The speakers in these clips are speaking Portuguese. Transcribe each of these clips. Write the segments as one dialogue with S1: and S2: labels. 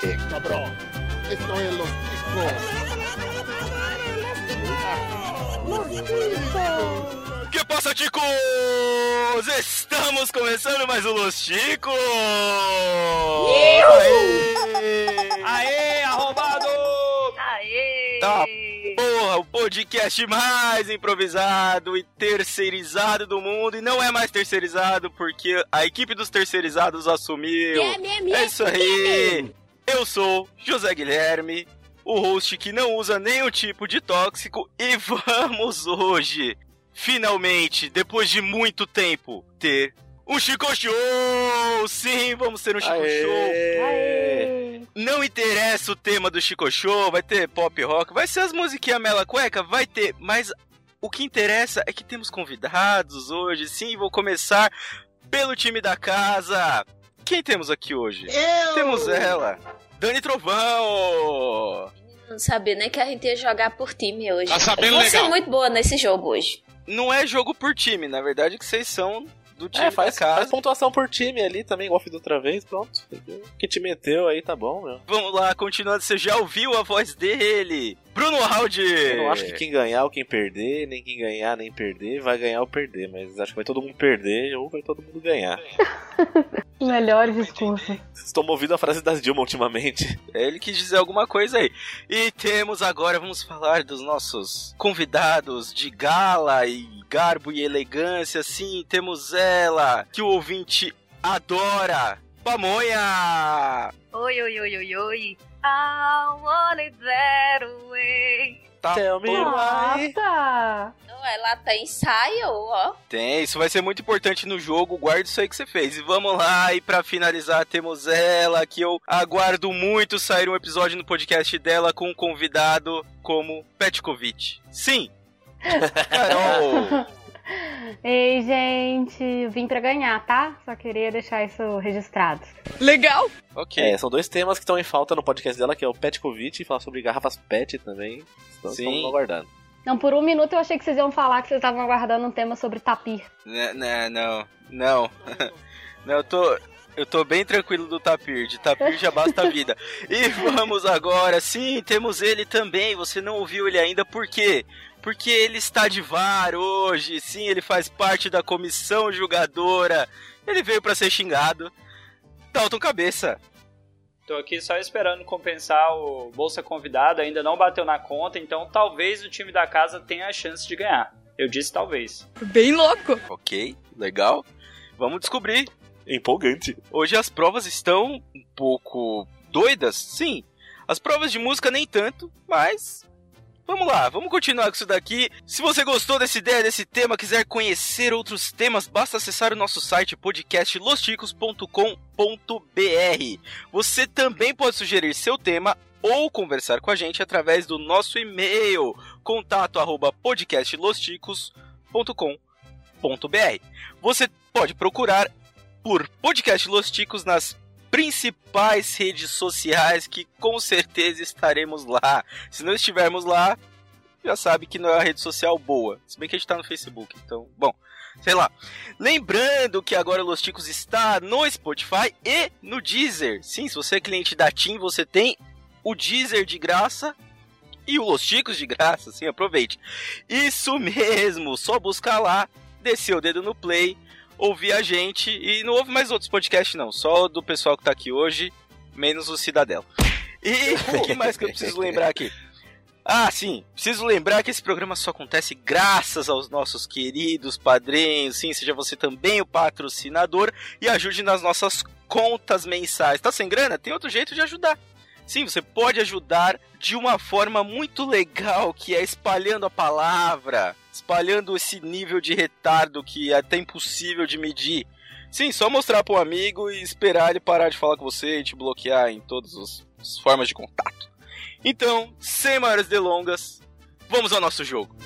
S1: qué, cabrón? Esto es los ticos.
S2: Que passa, Ticos? Estamos começando mais um Los Ticos! Aê! Aê, arrombado!
S3: Aê!
S2: Tá, Porra, o podcast mais improvisado e terceirizado do mundo. E não é mais terceirizado porque a equipe dos terceirizados assumiu. É isso aí! Eu sou José Guilherme, o host que não usa nenhum tipo de tóxico, e vamos hoje, finalmente, depois de muito tempo, ter um Chico Show! Sim, vamos ter um Chico Show! Não interessa o tema do Chico Show, vai ter pop rock, vai ser as musiquinhas mela cueca, vai ter, mas o que interessa é que temos convidados hoje, sim, vou começar pelo time da casa. Quem temos aqui hoje?
S4: Eu!
S2: Temos ela, Dani Trovão!
S3: Sabendo né, que a gente ia jogar por time hoje.
S5: Tá sabendo
S3: Eu vou ser
S5: legal.
S3: muito boa nesse jogo hoje.
S2: Não é jogo por time, na verdade que vocês são do time
S6: É, faz,
S2: da casa.
S6: faz pontuação por time ali também, igual fiz outra vez, pronto. Que te meteu aí, tá bom, meu.
S2: Vamos lá, continuando, você já ouviu a voz dele? Bruno Raud!
S6: Eu não acho que quem ganhar ou quem perder, nem quem ganhar nem perder, vai ganhar ou perder, mas acho que vai todo mundo perder ou vai todo mundo ganhar.
S4: Melhores discursos.
S6: Estou movido à frase das Dilma ultimamente.
S2: Ele quis dizer alguma coisa aí. E temos agora, vamos falar dos nossos convidados de gala e garbo e elegância. Sim, temos ela, que o ouvinte adora. Pamonha!
S3: Oi, oi, oi, oi, oi. I want it that way.
S2: Tá
S6: Tell me
S2: bom.
S6: why.
S4: Nossa!
S3: Então, ela tá ensaio, ó.
S2: Tem, isso vai ser muito importante no jogo, guarda isso aí que você fez. E vamos lá, e pra finalizar, temos ela, que eu aguardo muito sair um episódio no podcast dela com um convidado como Petkovic. Sim! Então, Carol!
S4: Ei, gente, vim pra ganhar, tá? Só queria deixar isso registrado.
S2: Ok.
S6: É, são dois temas que estão em falta no podcast dela, que é o Pet Covid e falar sobre garrafas pet também. Então,
S2: Sim.
S6: estamos aguardando.
S4: Não, por um minuto eu achei que vocês iam falar que vocês estavam aguardando um tema sobre tapir.
S2: Né, né, Não, não, não. Eu tô, eu tô bem tranquilo do Tapir. De Tapir já basta a vida. E vamos agora, sim, temos ele também. Você não ouviu ele ainda, por quê? Porque ele está de VAR hoje. Sim, ele faz parte da comissão julgadora. Ele veio pra ser xingado. Dalton Cabeça.
S7: Tô aqui só esperando compensar o Bolsa Convidado, ainda não bateu na conta, então talvez o time da casa tenha a chance de ganhar. Eu disse talvez.
S8: Bem louco.
S2: Ok, legal. Vamos descobrir.
S6: Empolgante.
S2: Hoje as provas estão um pouco doidas, sim. As provas de música nem tanto, mas vamos lá, vamos continuar com isso daqui. Se você gostou dessa ideia, desse tema, quiser conhecer outros temas, basta acessar o nosso site podcastlosticos.com.br. Você também pode sugerir seu tema ou conversar com a gente através do nosso e-mail contato@podcastlosticos.com.br. Você pode procurar por Podcast Los Ticos nas principais redes sociais que com certeza estaremos lá. Se não estivermos lá, já sabe que não é uma rede social boa. Se bem que a gente tá no Facebook, então, bom, sei lá. Lembrando que agora o Los Ticos está no Spotify e no Deezer. Sim, se você é cliente da TIM, você tem o Deezer de graça e o Los Ticos de graça, sim, aproveite. Isso mesmo, só buscar lá, descer o dedo no play, ouvir a gente e não ouve mais outros podcasts não, só o do pessoal que tá aqui hoje, menos o Cidadelo. E o que mais que eu preciso lembrar aqui? Ah, sim, preciso lembrar que esse programa só acontece graças aos nossos queridos padrinhos, sim, seja você também o patrocinador e ajude nas nossas contas mensais. Tá sem grana? Tem outro jeito de ajudar. Sim, você pode ajudar de uma forma muito legal, que é espalhando a palavra, espalhando esse nível de retardo que é até impossível de medir. Sim, só mostrar para um amigo e esperar ele parar de falar com você e te bloquear em todas as- as formas de contato. Então, sem maiores delongas, vamos ao nosso jogo.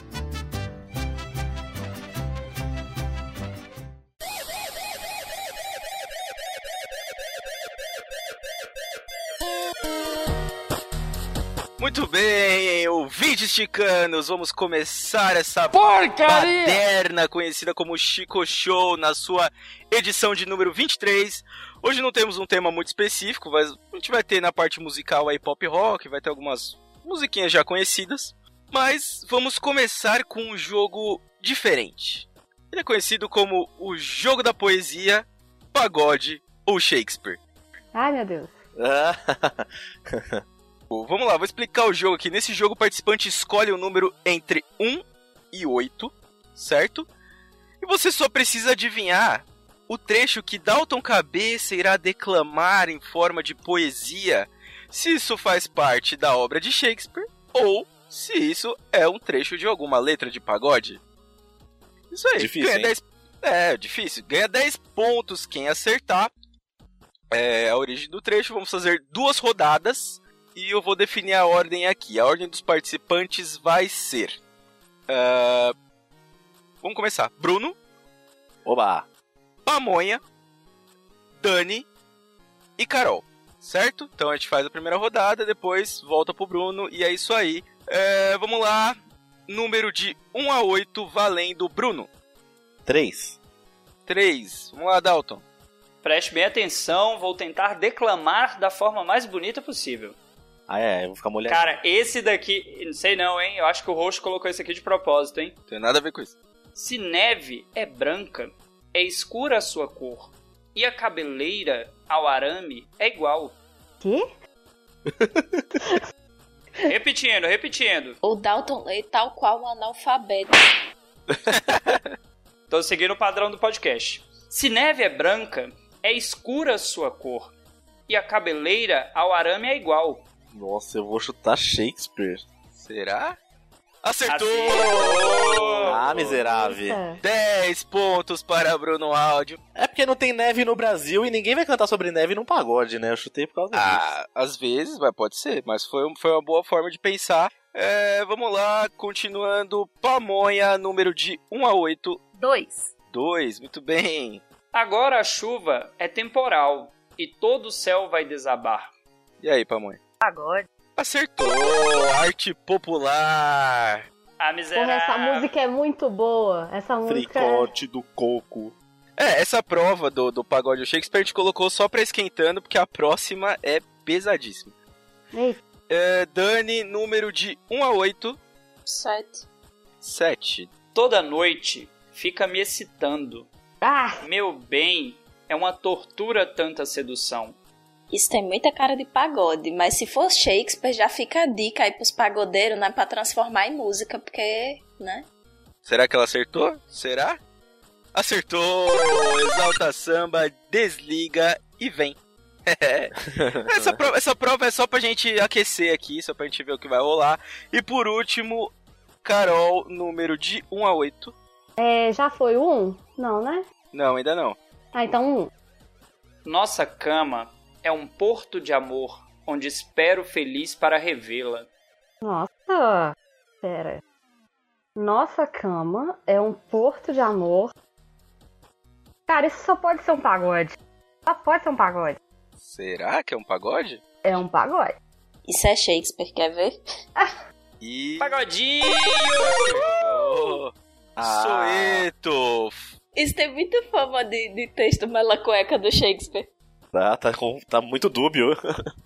S2: Muito bem, ouvintes chicanos, vamos começar essa
S5: Porcaria!
S2: moderna conhecida como Chico Show na sua edição de número 23. Hoje não temos um tema muito específico, mas a gente vai ter na parte musical aí pop rock, vai ter algumas musiquinhas já conhecidas. Mas vamos começar com um jogo diferente. Ele é conhecido como o jogo da poesia, pagode ou Shakespeare.
S4: Ai, meu Deus.
S6: Ah,
S2: Bom, Vamos lá, vou explicar o jogo aqui. Nesse jogo, o participante escolhe um número entre 1 e 8, certo? E você só precisa adivinhar o trecho que Dalton Cabeça irá declamar em forma de poesia, se isso faz parte da obra de Shakespeare ou se isso é um trecho de alguma letra de pagode. Isso aí,
S6: Difícil,
S2: ganha
S6: hein?
S2: 10 É, difícil. Ganha 10 pontos quem acertar. É a origem do trecho. Vamos fazer duas rodadas e eu vou definir a ordem aqui. A ordem dos participantes vai ser. ah, vamos começar. Bruno,
S6: Oba!
S2: Pamonha, Dani e Carol. Certo? Então a gente faz a primeira rodada, depois volta pro Bruno e é isso aí. É, vamos lá. Número de 1 a 8 valendo Bruno.
S6: Três.
S2: 3. Vamos lá, Dalton.
S7: Preste bem atenção, vou tentar declamar da forma mais bonita possível.
S6: Ah, é, eu vou ficar molhado.
S7: Cara, esse daqui, não sei não, hein? Eu acho que o roxo colocou esse aqui de propósito, hein?
S2: Não tem nada a ver com isso.
S7: Se neve é branca, é escura a sua cor. E a cabeleira ao arame é igual.
S4: Quê?
S7: Repetindo, repetindo.
S8: O Dalton lê tal qual um analfabeto.
S7: Tô Então, seguindo o padrão do podcast. Se neve é branca, é escura a sua cor. E a cabeleira ao arame é igual.
S6: Nossa, eu vou chutar Shakespeare.
S2: Será? Acertou!
S7: Acertou!
S6: Ah, miserável.
S4: Nossa.
S2: 10 pontos para Bruno Áudio.
S6: É porque não tem neve no Brasil e ninguém vai cantar sobre neve num pagode, né? Eu chutei por causa disso.
S2: Ah, às vezes, mas pode ser. Mas foi, um- foi uma boa forma de pensar. É, vamos lá, continuando. Pamonha, número de 1 a 8.
S3: Dois.
S2: 2, muito bem.
S7: Agora a chuva é temporal e todo o céu vai desabar.
S2: E aí, Pamonha?
S3: Pagode.
S2: Acertou! Arte popular!
S7: Ah,
S4: Porra,
S7: miserável.
S4: essa música é muito boa. Essa música. é-
S6: Fricote do coco.
S2: É, essa prova do, do pagode do Shakespeare a gente colocou só pra esquentando, porque a próxima é pesadíssima.
S4: Eita.
S2: É, Dani, número de 1 a 8.
S8: Sete.
S2: 7.
S7: Toda noite fica me excitando.
S4: Ah,
S7: Meu bem, é uma tortura tanta sedução.
S8: Isso tem muita cara de pagode, mas se for Shakespeare, já fica a dica aí pros pagodeiros, né? Pra transformar em música, porque, né?
S2: Será que ela acertou? Será? Acertou! Exalta samba, desliga e vem. essa, prova, essa prova é só pra gente aquecer aqui, só pra gente ver o que vai rolar. E por último, Carol, número de 1 a 8.
S4: é, já foi um? Não, né?
S2: Não, ainda não.
S4: Ah, então um.
S7: Nossa cama é um porto de amor, onde espero feliz para revê-la.
S4: Nossa. Pera. Nossa cama é um porto de amor. Cara, isso só pode ser um pagode. Só pode ser um pagode.
S2: Será que é um pagode?
S4: É um pagode.
S8: Isso é Shakespeare, quer ver?
S2: E.
S7: Pagodinho!
S2: Oh, Soeto!
S8: Isso tem muita fama de, de texto mela cueca do Shakespeare.
S6: Tá, tá, com- tá muito dúbio.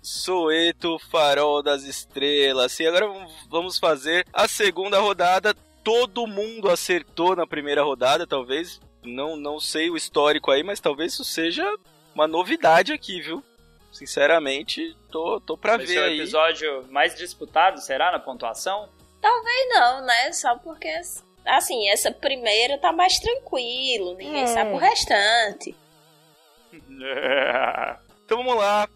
S2: Soeto, Farol das Estrelas. E agora vamos- vamos fazer a segunda rodada. Todo mundo acertou na primeira rodada, talvez. Não, não sei o histórico aí, mas talvez isso seja uma novidade aqui, viu? Sinceramente, tô, tô pra
S7: Esse
S2: ver
S7: é o
S2: aí.
S7: episódio mais disputado, será, na pontuação?
S8: E não, né? Só porque, assim, essa primeira tá mais tranquilo, ninguém
S4: É.
S8: sabe o restante.
S2: Então vamos lá.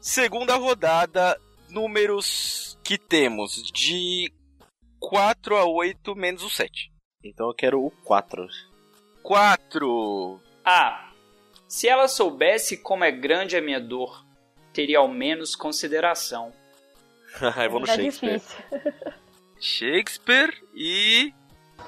S2: Segunda rodada, números que temos de 4 a 8 menos o 7.
S6: Então eu quero o 4.
S2: 4.
S7: Ah, se ela soubesse como é grande a minha dor, teria ao menos consideração.
S6: eu vou no
S4: tá
S6: Shakespeare.
S4: difícil.
S2: Shakespeare e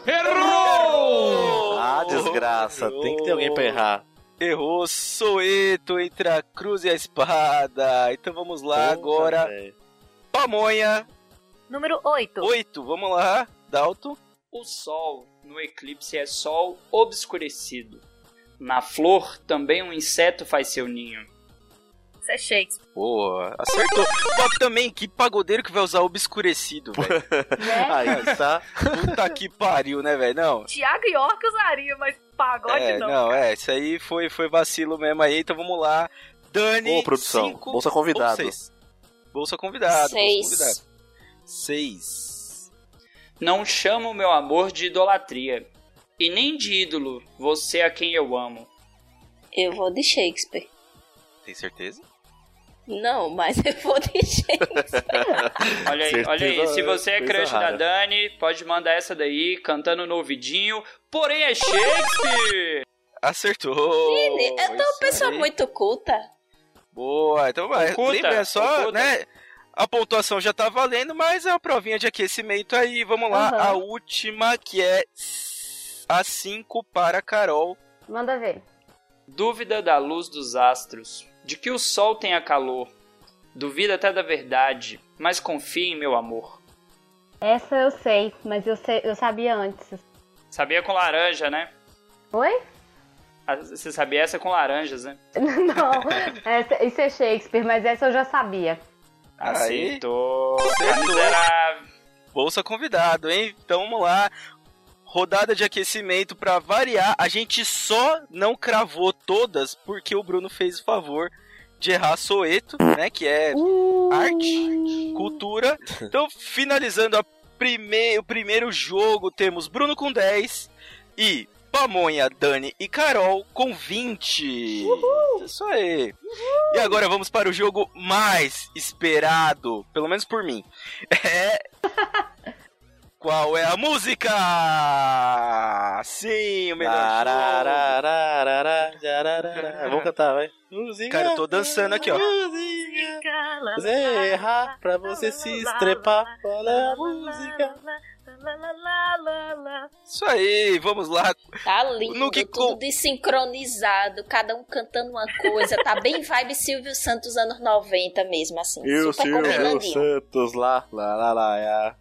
S7: Errou!
S6: Ah, desgraça. Tem que ter alguém pra errar.
S2: Errou Soeto entre a cruz e a espada. Então vamos lá agora.
S6: Puta, velho.
S2: Pamonha,
S3: Número 8.
S2: 8, vamos lá, Dalton.
S7: O sol no eclipse é sol obscurecido. Na flor também um inseto faz seu ninho.
S3: Isso é Shakespeare.
S2: Boa, acertou. Bob também, que pagodeiro que vai usar obscurecido, velho.
S4: Né?
S6: Aí tá.
S2: Puta que pariu, né, velho? Não.
S3: Tiago York usaria, mas pagode
S2: é,
S3: não.
S2: é, isso aí foi, foi vacilo mesmo aí, então vamos lá. Dani,
S6: Ô, produção,
S2: cinco,
S6: bolsa
S2: ou
S6: convidado.
S2: seis? Bolsa convidado, bolsa convidado.
S8: Seis.
S2: Seis.
S7: Não chama o meu amor de idolatria. E nem de ídolo, você a quem eu amo.
S8: Eu vou de Shakespeare.
S2: Tem certeza?
S8: Não, mas eu vou de Shakespeare.
S7: Olha aí,
S6: Certeza
S7: olha aí. Se
S6: é
S7: você é
S6: coisa
S7: crush da
S6: rara.
S7: Dani, pode mandar essa daí, cantando no ouvidinho. Porém é Shakespeare!
S2: Acertou.
S8: Menino, eu tô uma
S2: isso
S8: é pessoa
S2: aí.
S8: muito culta.
S2: Boa, então vai.
S7: Oculta,
S2: Lembra só,
S7: oculta.
S2: né? A pontuação já tá valendo, mas é uma provinha de aquecimento aí. Vamos lá,
S4: Aham.
S2: a última que é a 5 para a Carol.
S4: Manda ver.
S7: Dúvida da luz dos astros, de que o sol tenha calor. Duvida até da verdade, mas confia em meu amor.
S4: Essa eu sei, mas eu, sei, eu sabia antes.
S7: Sabia com laranja, né?
S4: Oi?
S7: Ah, Você sabia essa com laranjas, né?
S4: Não, essa- isso é Shakespeare, mas essa eu já sabia.
S7: Ah,
S2: Aí,
S7: Acertou.
S2: acertou.
S7: Miserável.
S2: bolsa convidado, hein? Então vamos lá. Rodada de aquecimento para variar. A gente só não cravou todas porque o Bruno fez o favor de errar Soeto, né? Que é
S4: Uh,
S2: arte, cultura. Então, finalizando a prime- o primeiro jogo, temos Bruno com 10 e Pamonha, Dani e Carol com 20. Isso aí. E agora vamos para o jogo mais esperado, pelo menos por mim. É. Qual é a música? Sim, o melhor jogo.
S6: Tarararararará, tararará. Vamos cantar, vai. Música,
S2: Cara, eu tô dançando aqui, ó.
S6: Música.
S3: Cala-
S6: Você errar pra você se estrepar. Qual é a música?
S3: Lá, lá, lá, lá, lá.
S2: Isso aí, vamos lá.
S8: Tá lindo,
S2: No que
S8: tudo
S2: com-
S8: desincronizado, cada um cantando uma coisa. Tá bem vibe Silvio Santos anos 90 mesmo, assim.
S6: Eu,
S8: super
S6: Silvio
S8: combinadinho.
S6: Santos, lá, lá, lá, lá, é lá.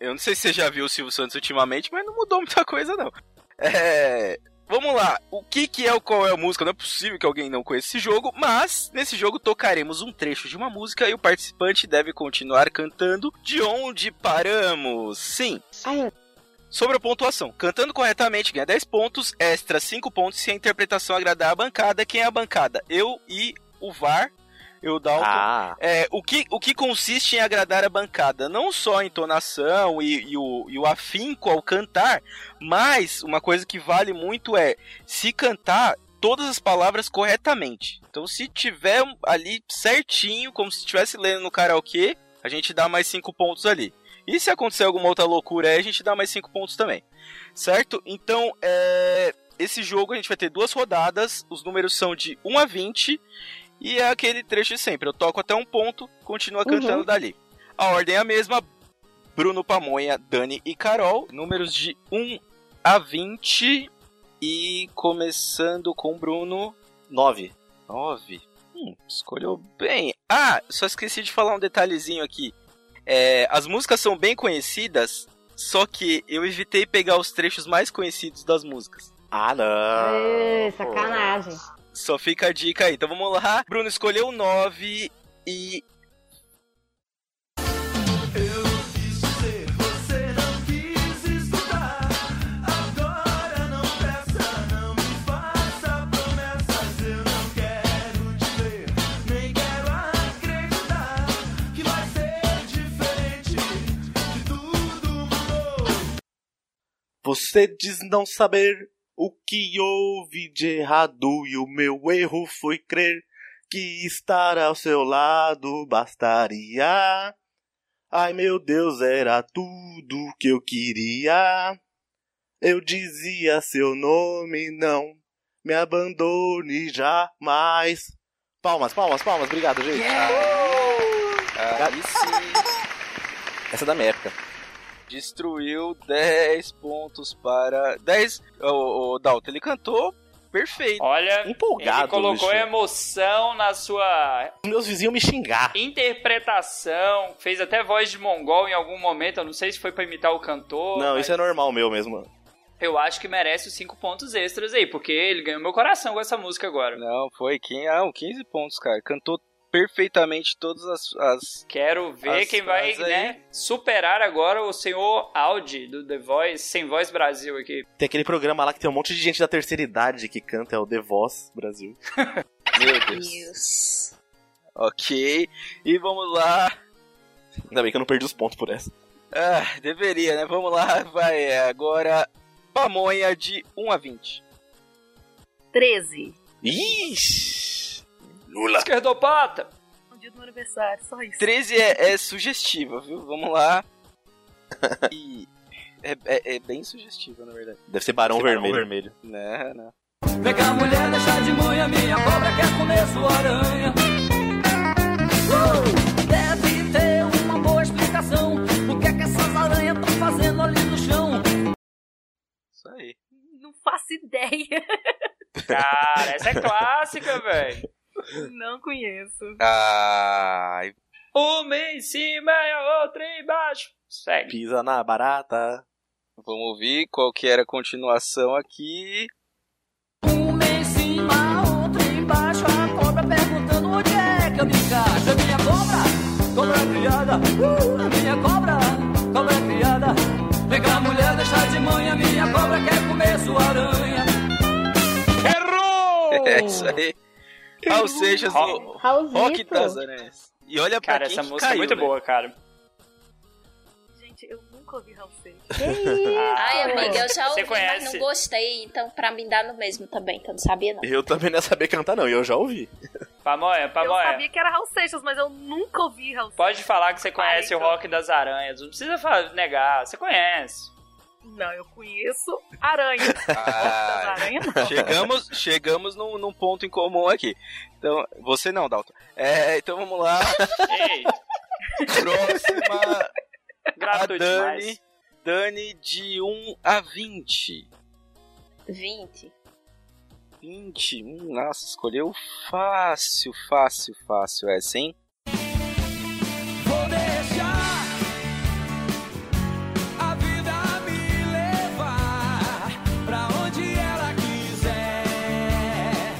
S2: Eu não sei se você já viu o Silvio Santos ultimamente, mas não mudou muita coisa, não. É. Vamos lá, o que, que é o Qual é a Música? Não é possível que alguém não conheça esse jogo, mas nesse jogo tocaremos um trecho de uma música e o participante deve continuar cantando de onde paramos. Sim,
S4: ai,
S2: sobre a pontuação. Cantando corretamente ganha 10 pontos, extra 5 pontos se a interpretação agradar a bancada. Quem é a bancada? Eu e o VAR, eu, Dalton
S6: Ah,
S2: é, o, que, o que consiste em agradar a bancada? Não só a entonação e, e o, e o afinco ao cantar, mas uma coisa que vale muito é se cantar todas as palavras corretamente. Então, se tiver um- ali certinho, como se estivesse lendo no karaokê, a gente dá mais 5 pontos ali. E se acontecer alguma outra loucura aí, a gente dá mais 5 pontos também. Certo? Então, é, esse jogo a gente vai ter duas rodadas, os números são de 1 a 20. E é aquele trecho de sempre. Eu toco até um ponto, continua cantando dali. A ordem é a mesma. Bruno Pamonha, Dani e Carol. Números de 1 a 20. E começando com Bruno,
S6: nove.
S2: 9. Hum, escolheu bem. Ah, só esqueci de falar um detalhezinho aqui. É, as músicas são bem conhecidas, só que eu evitei pegar os trechos mais conhecidos das músicas.
S6: Ah, não.
S2: Ah,
S4: ai, sacanagem.
S2: Só fica a dica aí. Então vamos lá. Bruno escolheu 9 e
S6: Você diz não saber o que houve de errado e o meu erro foi crer que estar ao seu lado bastaria. Ai meu Deus, era tudo que eu queria. Eu dizia seu nome, não me abandone jamais. Palmas, palmas, palmas, obrigado, gente.
S2: Aí sim,
S6: Essa é da minha época.
S2: destruiu 10 pontos para. 10. O, o Dalton, ele cantou perfeito.
S7: Olha,
S6: Empolgado.
S7: ele colocou
S6: Um bicho.
S7: emoção na sua
S6: Meus vizinhos me xingar.
S7: interpretação, fez até voz de mongol em algum momento, eu não sei se foi pra imitar o cantor.
S6: Não,
S7: mas
S6: isso é normal meu mesmo.
S7: Eu acho que merece os 5 pontos extras aí, porque ele ganhou meu coração com essa música agora.
S2: Não, foi quem? Ah, 15 pontos, cara. Cantou perfeitamente todas as. as-
S7: Quero ver
S2: As
S7: quem vai,
S2: frases aí.
S7: né, superar agora o senhor Audi do The Voice, Sem Voz Brasil aqui.
S6: Tem aquele programa lá que tem um monte de gente da terceira idade que canta, é o The Voice Brasil.
S2: Meu Deus.
S8: Deus.
S2: ok. E vamos lá.
S6: Ainda bem que eu não perdi os pontos por essa.
S2: Ah, deveria, né? Vamos lá, vai. é, Agora, pamonha de 1 a 20.
S3: 13.
S6: Ixi! Lula!
S7: Esquerdopata!
S3: No dia do meu aniversário, só isso.
S2: 13 é, é sugestiva, viu? Vamos lá. E. É, é- é bem sugestiva, na verdade.
S6: Deve ser Barão,
S2: Deve ser
S6: Vermelho.
S2: Barão Né, né?
S5: Pegar mulher, deixar de manhã, minha cobra quer comer sua aranha. Uou! Deve ter uma boa explicação. O que é que essas aranhas estão fazendo ali no chão?
S2: Isso aí.
S3: Não faço ideia.
S7: Cara, essa é clássica, velho.
S3: Não conheço.
S2: Ah,
S7: Uma em cima e a outra embaixo. Segue.
S6: Pisa na barata.
S2: vamos ouvir qual que era a continuação aqui.
S5: Uma Um em cima, outra embaixo. A cobra perguntando onde é que eu me encaixo. É minha cobra, cobra criada. Uh, é minha cobra, cobra criada. Pegar mulher, deixar de manhã, minha cobra quer comer sua aranha.
S7: Errou!
S2: É isso aí. Raul Seixas, o
S7: Ro-
S2: Rock
S4: Raulzito.
S2: das Aranhas. E olha pra
S7: Cara,
S2: quem
S7: essa
S2: que
S7: música
S2: caiu,
S7: é muito
S2: né?
S7: boa, cara.
S3: Gente, eu nunca ouvi Raul Seixas.
S4: Que isso?
S3: Ah,
S7: Ah,
S8: Ai, amiga, eu já
S7: Você
S8: ouvi, mas
S7: conhece?
S8: não gostei, então pra mim dá no mesmo também, que eu não sabia não.
S6: Eu também não ia saber cantar, não, e eu já ouvi.
S7: Pamonha,
S3: Eu
S7: pamonha.
S3: sabia que era Raul Seixas, mas eu nunca ouvi Raul Seixas.
S7: Pode falar que você conhece
S3: Ah,
S7: o
S3: então.
S7: rock das aranhas. Não precisa fa- negar, você conhece.
S3: Não, eu conheço Aranha.
S2: Ah,
S3: aranha não.
S2: Chegamos, chegamos num, num ponto em comum aqui. Então, você não, Dalton. É, então vamos lá.
S7: Ei,
S2: Próxima, a
S7: gratuito
S2: Dani.
S7: demais.
S2: Dani de 1 a 20.
S8: 20.
S2: 20. Hum, nossa, escolheu fácil, fácil, fácil essa, hein?
S5: Vou deixar a vida me levar pra onde ela quiser.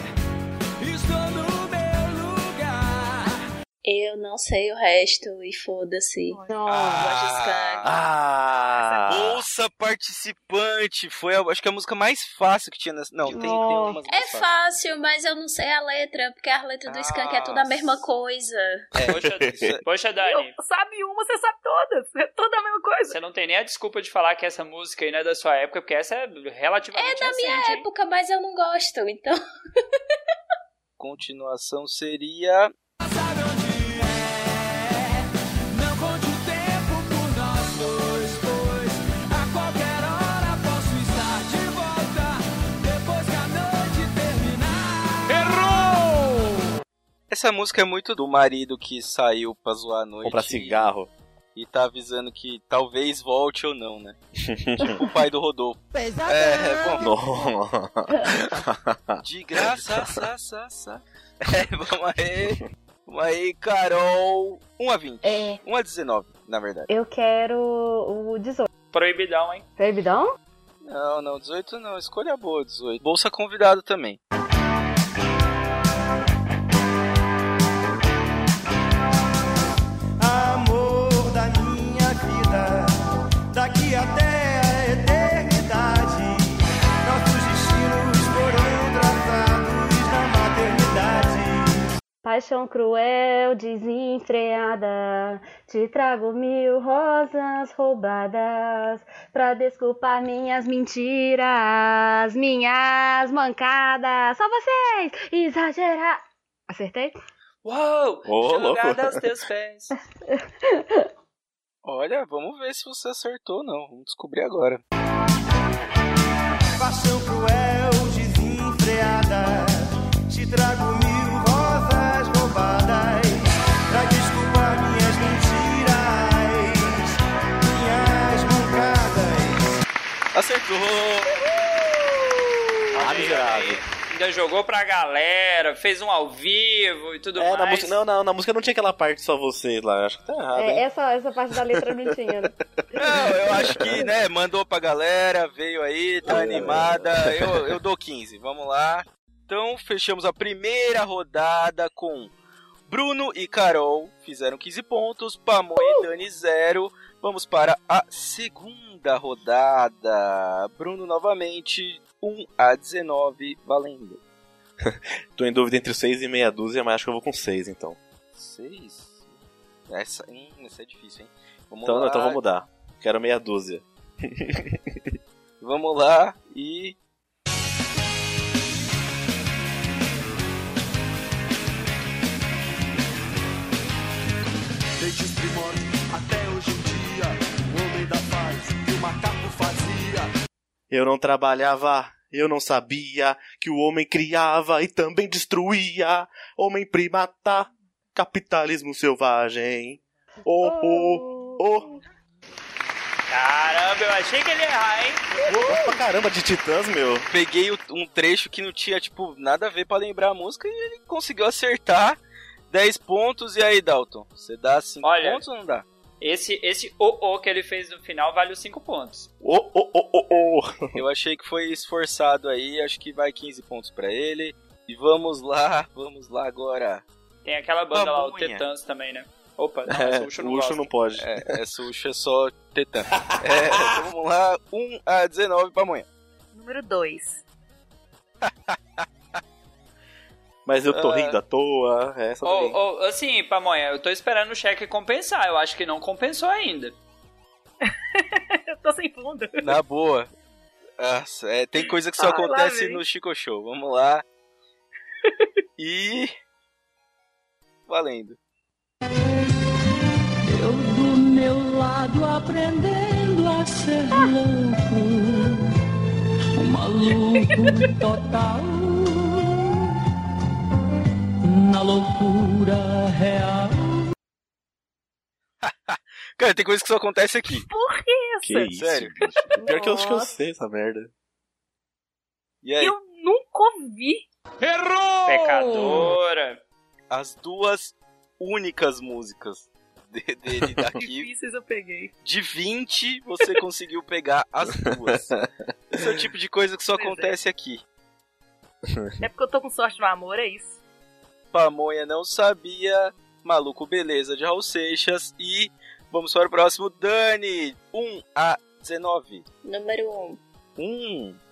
S5: Estou no meu lugar.
S8: Eu não sei o resto e foda-se.
S4: Nossa.
S6: Ah!
S2: Ouça participante! Foi, a- acho que a música mais fácil que tinha nessa. Não, tem, tem umas
S8: É
S2: mais fáceis.
S8: fácil, mas eu não sei a letra, porque a letra
S6: Ah,
S8: do Skank é tudo a mesma coisa.
S6: É.
S7: Poxa, poxa, Dani,
S3: Eu, sabe uma, você sabe todas. É toda a mesma coisa.
S7: você não tem nem a desculpa de falar que essa música aí não é da sua época, porque essa é relativamente
S8: É da
S7: recente,
S8: minha
S7: hein?
S8: época, mas eu não gosto, então.
S2: Continuação seria.
S5: Sabe onde é? Não conte o tempo por nós dois, pois a qualquer hora posso estar de volta. Depois que a noite terminar.
S2: Essa música é muito do marido que saiu pra zoar a noite.
S6: Comprar cigarro.
S2: E, e tá avisando que talvez volte ou não, né? tipo o pai do Rodolfo.
S5: Pesadão.
S2: É, bom.
S6: Nossa.
S2: De graça, sa, sa, sa. É, vamos aí. Vamos aí, Carol. 1 a 20.
S4: É.
S2: 1 a 19, na verdade.
S4: Eu quero o 18.
S7: Proibidão, hein?
S4: Proibidão?
S2: Não, não, 18 não. Escolha boa, 18. Bolsa convidado também.
S5: Amor da minha vida, daqui até a eternidade. Nossos destinos foram traçados na maternidade.
S4: Paixão cruel, desenfreada. Te trago mil rosas roubadas. Pra desculpar minhas mentiras, minhas mancadas. Só vocês! Exagerar. Acertei?
S7: Uou!
S6: Ô,
S7: jogar
S6: louco.
S7: dos teus pés.
S2: Olha, vamos ver se você acertou ou não. Vamos descobrir agora.
S5: Paixão cruel, desenfreada. Te trago mil rosas roubadas. Pra desculpar minhas mentiras, minhas mancadas.
S2: Acertou!
S6: Ah, miserável.
S7: Ainda jogou pra galera, fez um ao vivo e tudo
S6: É,
S7: mais.
S6: na música, não, não, na música não tinha aquela parte só vocês lá. Acho que tá errado.
S4: É,
S6: hein?
S4: essa, essa parte da letra não tinha. né?
S2: Não, eu acho que, né, mandou pra galera, veio aí,
S6: É.
S2: tá animada. Eu, eu dou 15, vamos lá. Então, fechamos a primeira rodada com Bruno e Carol, fizeram 15 pontos, Pamonha e Dani 0. Vamos para a segunda rodada. Bruno novamente, 1 a 19, valendo.
S6: Tô em dúvida entre 6 e meia dúzia, mas acho que eu vou com 6 então.
S2: 6. Essa, hum, essa é difícil, hein? Vamos
S6: Então,
S2: lá.
S6: então vou mudar. Quero meia dúzia.
S2: Vamos lá e.
S9: Desde os primórdios até hoje em dia, o homem da paz que o macaco fazia.
S6: Eu não trabalhava, eu não sabia que o homem criava e também destruía. Homem primata, capitalismo selvagem. Oh, oh, oh.
S7: Caramba, eu achei que ele ia errar, hein?
S6: oh pra caramba de titãs, meu.
S2: peguei o- um trecho que não tinha, tipo, nada a ver pra lembrar a música e ele conseguiu acertar 10 pontos. E aí, Dalton? Você dá 5
S7: Olha.
S2: pontos ou não dá?
S7: Esse, esse o-o que ele fez no final vale os 5 pontos.
S6: Oh, oh, oh, oh, oh.
S2: Eu achei que foi esforçado aí, acho que vai 15 pontos pra ele. E vamos lá, vamos lá agora.
S7: Tem aquela banda lá, o
S2: Pamonha.
S7: Tetans também, né? Opa, não,
S6: É,
S7: essa Ucho não
S6: o Ucho
S7: gosta.
S6: não pode.
S2: É, essa Ucho é só tetã. É, então vamos lá, 1 a 19 pra amanhã.
S3: Número 2.
S6: Mas eu tô
S2: Ah.
S6: rindo à toa. É, essa
S7: Ô,
S6: também.
S7: ô, assim, Pamonha, eu tô esperando o cheque compensar. Eu acho que não compensou ainda.
S3: Eu tô sem fundo.
S2: Na boa. Nossa, é, tem coisa que só
S3: Ah, lá
S2: acontece
S3: vem.
S2: no Chico Show. Vamos lá. E. Valendo.
S5: Eu do meu lado aprendendo a ser louco, um maluco total. Na loucura real.
S2: Cara, tem coisa que só acontece aqui.
S3: Por que
S6: que
S3: essa?
S6: isso,
S2: sério?
S6: bicho. Pior que eu acho que eu
S4: Nossa.
S6: sei essa merda.
S2: E aí,
S3: Eu nunca ouvi.
S7: Pecadora.
S2: as duas únicas músicas de- dele daqui.
S3: Difíceis eu peguei.
S2: De 20, você conseguiu pegar as duas. Esse é o tipo de coisa que só
S3: Pois é.
S2: acontece aqui.
S3: É porque eu tô com sorte no amor, é isso.
S2: Pamonha não sabia, Maluco Beleza de Raul Seixas e vamos para o próximo, Dani, 1 a 19.
S8: Número 1. Um.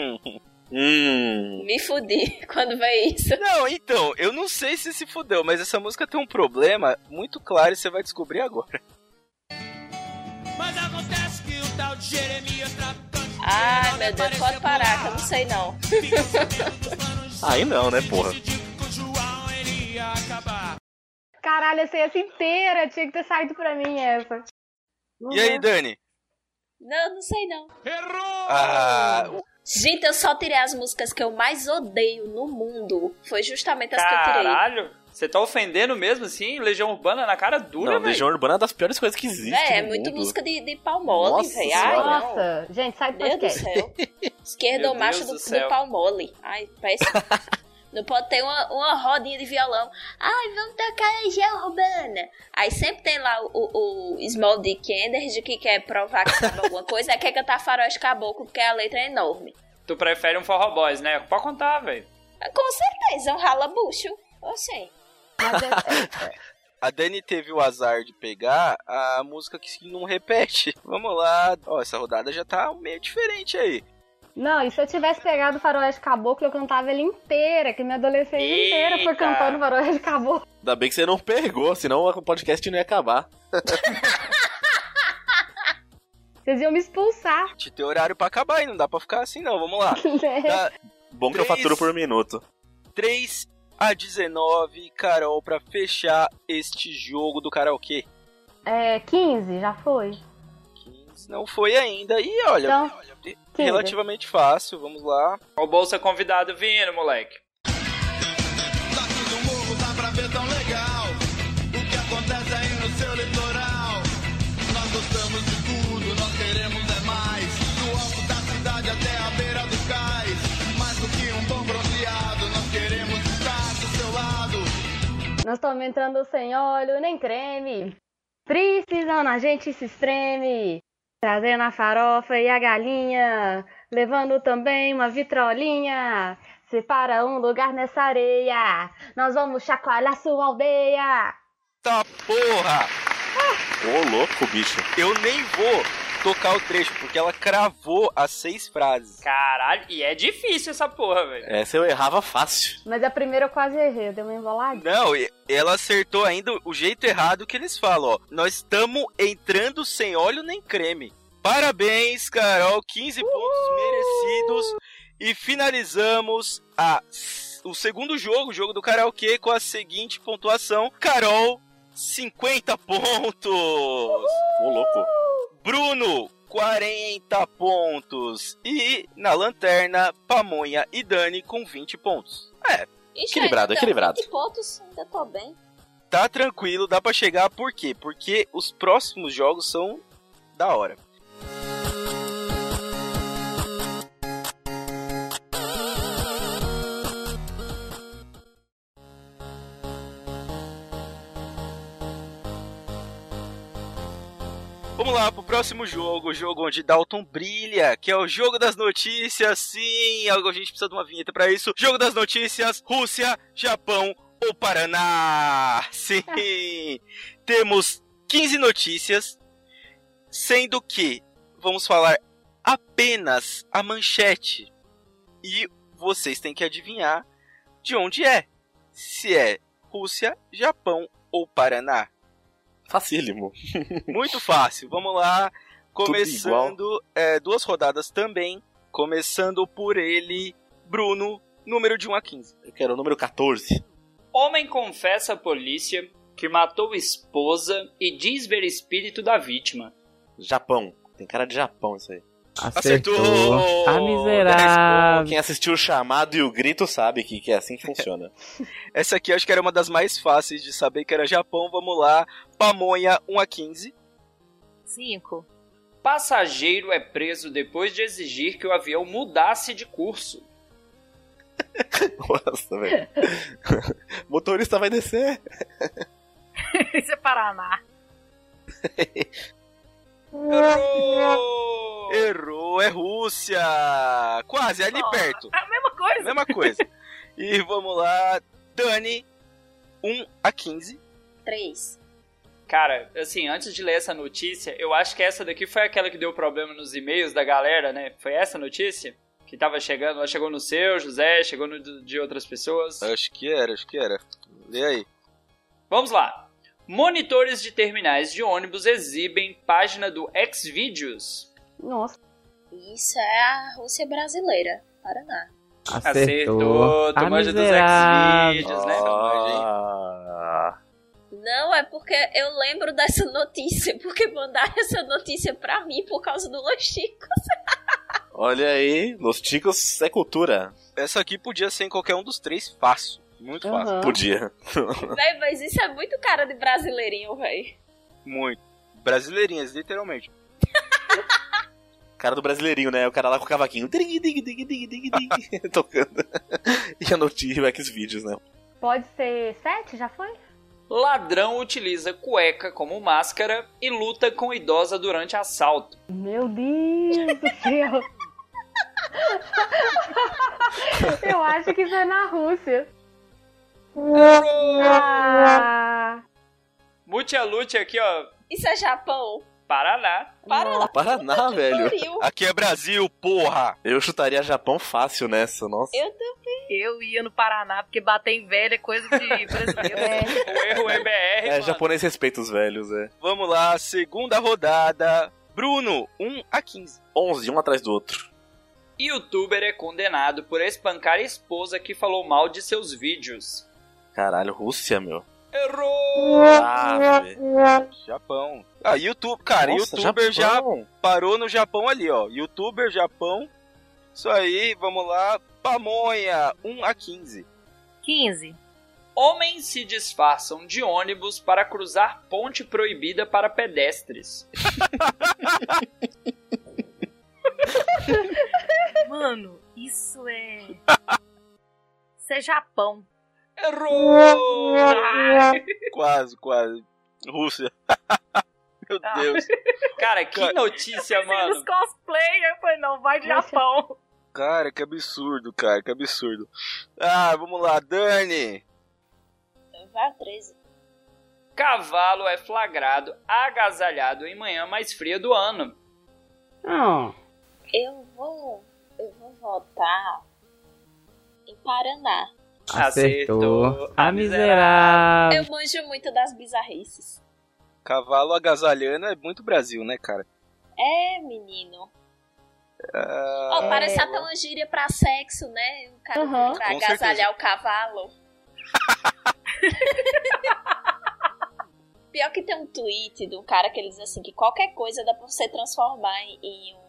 S2: Hum. hum.
S6: Hum.
S2: Um.
S8: Me fudi quando vê isso.
S2: Não, então, eu não sei se se fudeu, mas essa música tem um problema muito claro e você vai descobrir agora.
S5: Mas acontece que o tal de Jeremias traficante.
S8: Ai, meu Deus, pode parar, que eu não sei não.
S6: Aí não, né, porra?
S4: Caralho, eu sei essa inteira. Tinha que ter saído pra mim essa. Não
S2: E aí, Dani?
S8: Não, não sei não.
S2: Ah,
S8: Gente, eu só tirei as músicas que eu mais odeio no mundo. Foi justamente as que eu tirei.
S7: Caralho, você tá ofendendo mesmo assim? Legião Urbana na cara dura,
S6: não,
S7: velho.
S6: Legião Urbana é das piores coisas que existem.
S8: É, é
S6: no
S8: muito
S6: mundo.
S8: música de, de pau mole,
S6: Nossa
S8: velho.
S6: Senhora.
S8: Ai, não.
S4: Nossa, gente, sai do
S8: Meu Deus do
S4: podcast.
S8: céu.
S7: Meu
S8: Esquerdo macho
S7: Deus
S8: do,
S7: do
S8: do
S7: céu.
S8: pau mole. Ai, péssimo. Não pode ter uma, uma rodinha de violão. Ai, vamos tocar Legião Urbana. Aí sempre tem lá o, o Small Dick Energy que quer provar que sabe alguma coisa. Aí quer cantar Faróis Caboclo porque a letra é enorme.
S7: Tu prefere um Forró Boys, né? Pode contar, velho.
S8: Mas Com certeza, é um ralabucho. Eu sei.
S4: Mas é-
S2: A Dani teve o azar de pegar a música que se não repete. Vamos lá. Ó, essa rodada já tá meio diferente aí.
S4: Não, e se eu tivesse pegado o Faroeste Caboclo, eu cantava ele inteira, que minha adolescência inteira foi
S7: Eita.
S4: cantando Faroeste Caboclo.
S6: Ainda bem que você não pegou, senão o podcast não ia acabar.
S4: Vocês iam me expulsar,
S2: A gente tem horário pra acabar e não dá pra ficar assim não. Vamos lá. Tá,
S4: né?
S2: Dá
S6: Bom que eu
S2: Três.
S6: faturo por minuto.
S2: 3 a 19, Carol, pra fechar este jogo do karaokê.
S4: É, 15, já foi.
S2: 15 não foi ainda. E olha,
S4: Então,
S2: olha,
S4: 15.
S2: relativamente fácil. Vamos lá.
S7: Ó O Bolsa convidado vindo, moleque.
S9: Daqui do morro dá pra ver tão legal o que acontece aí no seu litoral. Nós gostamos de tudo, nós queremos é mais. Do alto da cidade até a beira do cais. Mais do que um bom bronzeado.
S4: Nós estamos entrando sem óleo, nem creme. Precisando a gente se estreme. Trazendo a farofa e a galinha. Levando também uma vitrolinha. Separa um lugar nessa areia. Nós vamos chacoalhar sua aldeia.
S2: Tá porra!
S6: Ô, louco, bicho.
S2: Eu nem vou tocar o trecho, porque ela cravou as seis frases.
S7: Caralho, e é difícil essa porra, velho.
S6: Essa eu errava fácil.
S4: Mas é a primeira eu quase errei, eu dei uma embolada.
S2: Não, e- ela acertou ainda o jeito errado que eles falam, ó. Nós estamos entrando sem óleo nem creme. Parabéns, Carol, 15 pontos merecidos. E finalizamos a, o segundo jogo, o jogo do karaokê, com a seguinte pontuação: Carol, 50 pontos.
S6: Ô, louco.
S2: Bruno, 40 pontos. E na lanterna, Pamonha e Dani com 20 pontos. É,
S8: Ixi,
S6: Equilibrado,
S8: ainda,
S6: equilibrado.
S8: 20 Então, pontos, ainda tô bem.
S2: tá tranquilo, dá pra chegar. Por quê? Porque os próximos jogos são da hora. Vamos lá pro próximo jogo, o jogo onde Dalton brilha, que é o jogo das notícias. Sim, algo a gente precisa de uma vinheta pra isso. Jogo das notícias: Rússia, Japão ou Paraná. Sim, temos 15 notícias, sendo que vamos falar apenas a manchete e vocês têm que adivinhar de onde é. Se é Rússia, Japão ou Paraná.
S6: Facílimo.
S2: Muito fácil, vamos lá. Começando é, duas rodadas também. Começando por ele, Bruno, número de 1 a 15.
S6: Eu quero o número 14.
S7: Homem confessa à polícia que matou esposa e diz ver espírito da vítima.
S6: Japão. Tem cara de Japão isso aí.
S2: Acertou!
S5: A miserável.
S6: Quem assistiu o chamado e o grito sabe que, que é assim que funciona.
S2: Essa aqui acho que era uma das mais fáceis de saber que era Japão. Vamos lá. Pamonha 1 a 15.
S3: 5.
S7: Passageiro é preso depois de exigir que o avião mudasse de curso.
S6: Nossa, velho. Motorista vai descer.
S3: Isso é Paraná.
S7: Errou!
S2: Errou, é Rússia. Quase, ali
S3: Porra.
S2: perto.
S3: É a mesma coisa.
S2: Mesma coisa. E vamos lá. Dani 1 a 15.
S8: 3.
S7: Cara, assim, antes de ler essa notícia, eu acho que essa daqui foi aquela que deu problema nos e-mails da galera, né? Foi essa notícia? Que tava chegando, ela chegou no seu, José, chegou no do- de outras pessoas.
S2: Acho que era, acho que era. Lê aí.
S7: Vamos lá. Monitores de terminais de ônibus exibem página do Xvideos.
S4: Nossa,
S8: Isso é a Rússia brasileira. Paraná.
S5: Acertou.
S7: tu
S5: A
S7: manja dos
S5: miserável.
S7: Xvideos, né?
S6: Ah,
S8: Não, é porque eu lembro dessa notícia, porque mandaram essa notícia pra mim por causa do Lochico.
S6: olha aí. Los Ticos é cultura.
S2: Essa aqui podia ser em qualquer um dos três fácil. Muito fácil.
S4: aham.
S6: Podia.
S8: Véi, mas isso é muito cara de brasileirinho, véi.
S2: Muito. Brasileirinhas, literalmente.
S6: Cara do brasileirinho, né? O cara lá com o cavaquinho. Ding, ding, ding, ding, ding, ding, tocando. E a notícia o Xvideos, né?
S4: pode ser sete, já foi?
S7: Ladrão utiliza cueca como máscara e luta com idosa durante assalto.
S4: Meu Deus do céu! Eu acho que isso é na Rússia. Ah,
S7: Mutia Lute aqui, ó.
S8: Isso é Japão.
S7: Paraná.
S8: Paraná.
S6: Paraná, velho.
S8: Pariu.
S2: Aqui é Brasil, porra!
S6: Eu chutaria Japão fácil nessa, nossa.
S8: Eu tô...
S3: Eu ia no Paraná, porque bater em velha é coisa de brasileiro.
S4: é.
S7: O erro é BR.
S6: É,
S7: mano.
S6: japonês respeita os velhos, é.
S2: Vamos lá, segunda rodada. Bruno, 1 a 15.
S6: 11, um atrás do outro.
S7: Youtuber é condenado por espancar a esposa que falou mal de seus vídeos.
S6: Caralho, Rússia, meu.
S7: Errou!
S6: Ah, velho.
S2: Japão. Ah, YouTube, cara,
S6: Nossa,
S2: youtuber já
S6: Japão.
S2: parou no Japão ali, ó. Youtuber Japão. Isso aí, vamos lá. Pamonha, 1 a 15.
S3: 15.
S7: Homens se disfarçam de ônibus para cruzar ponte proibida para pedestres.
S3: Mano, isso é. Isso é Japão.
S7: Errou! Ah,
S2: Quase, quase. Rússia. Meu
S3: Ah.
S2: Deus.
S7: Cara, que notícia,
S3: Os
S7: mano.
S3: cosplayer, foi não, vai de
S4: Deixa-
S3: Japão.
S2: Cara, que absurdo, cara, que absurdo. Ah, vamos lá, Dani.
S8: Vá 13.
S7: Cavalo é flagrado agasalhado em manhã mais fria do ano.
S4: Ah,
S8: Eu vou. Eu vou votar em Paraná.
S7: Acertou.
S5: A miserável.
S8: Eu manjo muito das bizarrices.
S2: Cavalo agasalhando é muito Brasil, né, cara?
S8: É, menino.
S2: Ah,
S8: Ó, parece até uma gíria pra sexo, né? O cara
S4: Uhum.
S8: pra
S2: Com
S8: agasalhar o cavalo. Pior que tem um tweet de um cara que ele diz assim que qualquer coisa dá pra você transformar em, em um-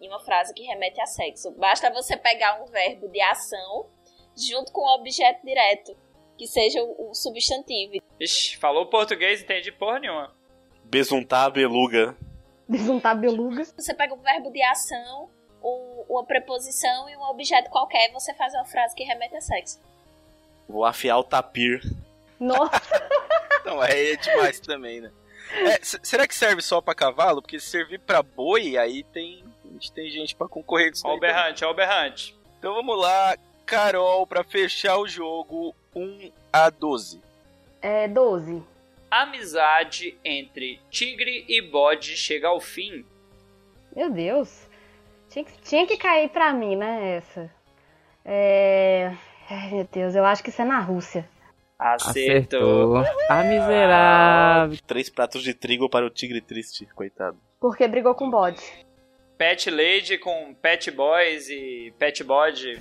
S8: em uma frase que remete a sexo. Basta você pegar um verbo de ação junto com um objeto direto, que seja o, o substantivo.
S7: Ixi, falou português, entendi porra nenhuma.
S6: Besuntar a beluga.
S4: desuntar beluga.
S8: Você pega um verbo de ação, um- uma preposição e um objeto qualquer e você faz uma frase que remete a sexo.
S6: Vou afiar o tapir.
S4: Nossa,
S2: Não, aí é demais também, né? É, se- será que serve só pra cavalo? Porque se servir pra boi, aí tem. A gente tem gente pra concorrer disso.
S7: Ó
S2: daí
S7: o
S2: também.
S7: berrante, ó o berrante.
S2: Então vamos lá, Carol, pra fechar o jogo 1 a 12.
S4: é 12.
S7: Amizade entre tigre e bode chega ao fim.
S4: Meu Deus. Tinha que, tinha que cair pra mim, né, essa. É... Ai, meu Deus, eu acho que isso é na Rússia.
S7: Acertou.
S5: Acertou. A miserável.
S6: Três pratos de trigo para o tigre triste, coitado.
S4: Porque brigou com o bode.
S7: Pet Lady com Pet Boys e Pet Bode.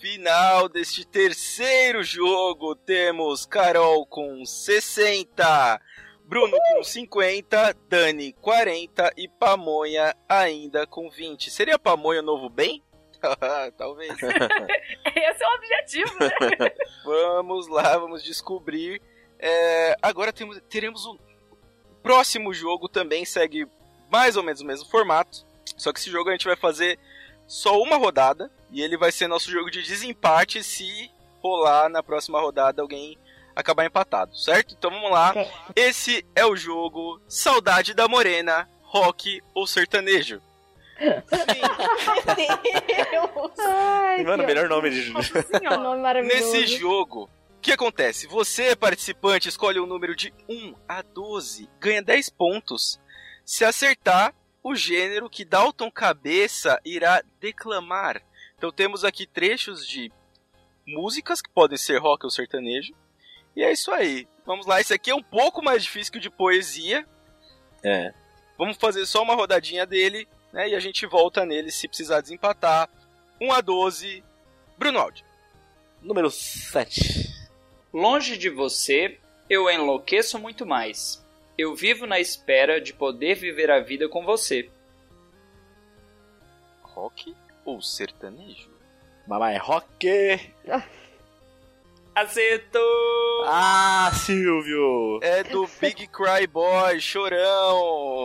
S2: Final deste terceiro jogo, temos Carol com 60, Bruno com 50, Dani 40 e Pamonha ainda com 20. Seria Pamonha o novo bem? Talvez.
S3: Esse é o objetivo, né?
S2: Vamos lá, vamos descobrir. É, agora temos, teremos o próximo jogo também segue mais ou menos o mesmo formato. Só que esse jogo a gente vai fazer só uma rodada e ele vai ser nosso jogo de desempate se rolar na próxima rodada alguém acabar empatado, certo? Então vamos lá.
S4: Ok.
S2: Esse é o jogo Saudade da Morena, rock ou sertanejo. Sim,
S4: Ai,
S6: Mano,
S4: que
S6: melhor nome de.
S4: ótimo nome maravilhoso.
S2: Nesse jogo, o que acontece? Você, participante, escolhe um número de 1 a 12, ganha 10 pontos. Se acertar, o gênero que Dalton Cabeça irá declamar. Então temos aqui trechos de músicas que podem ser rock ou sertanejo. E é isso aí. Vamos lá, esse aqui é um pouco mais difícil que o de poesia.
S6: É.
S2: Vamos fazer só uma rodadinha dele, né? E a gente volta nele se precisar desempatar. 1 a 12. Bruno Aldi.
S6: Número 7.
S7: Longe de você, eu enlouqueço muito mais. Eu vivo na espera de poder viver a vida com você.
S2: Rock ou sertanejo?
S6: Mamãe Rock.
S7: Acertou!
S6: Ah, Silvio.
S2: É do Big Cry Boy, chorão!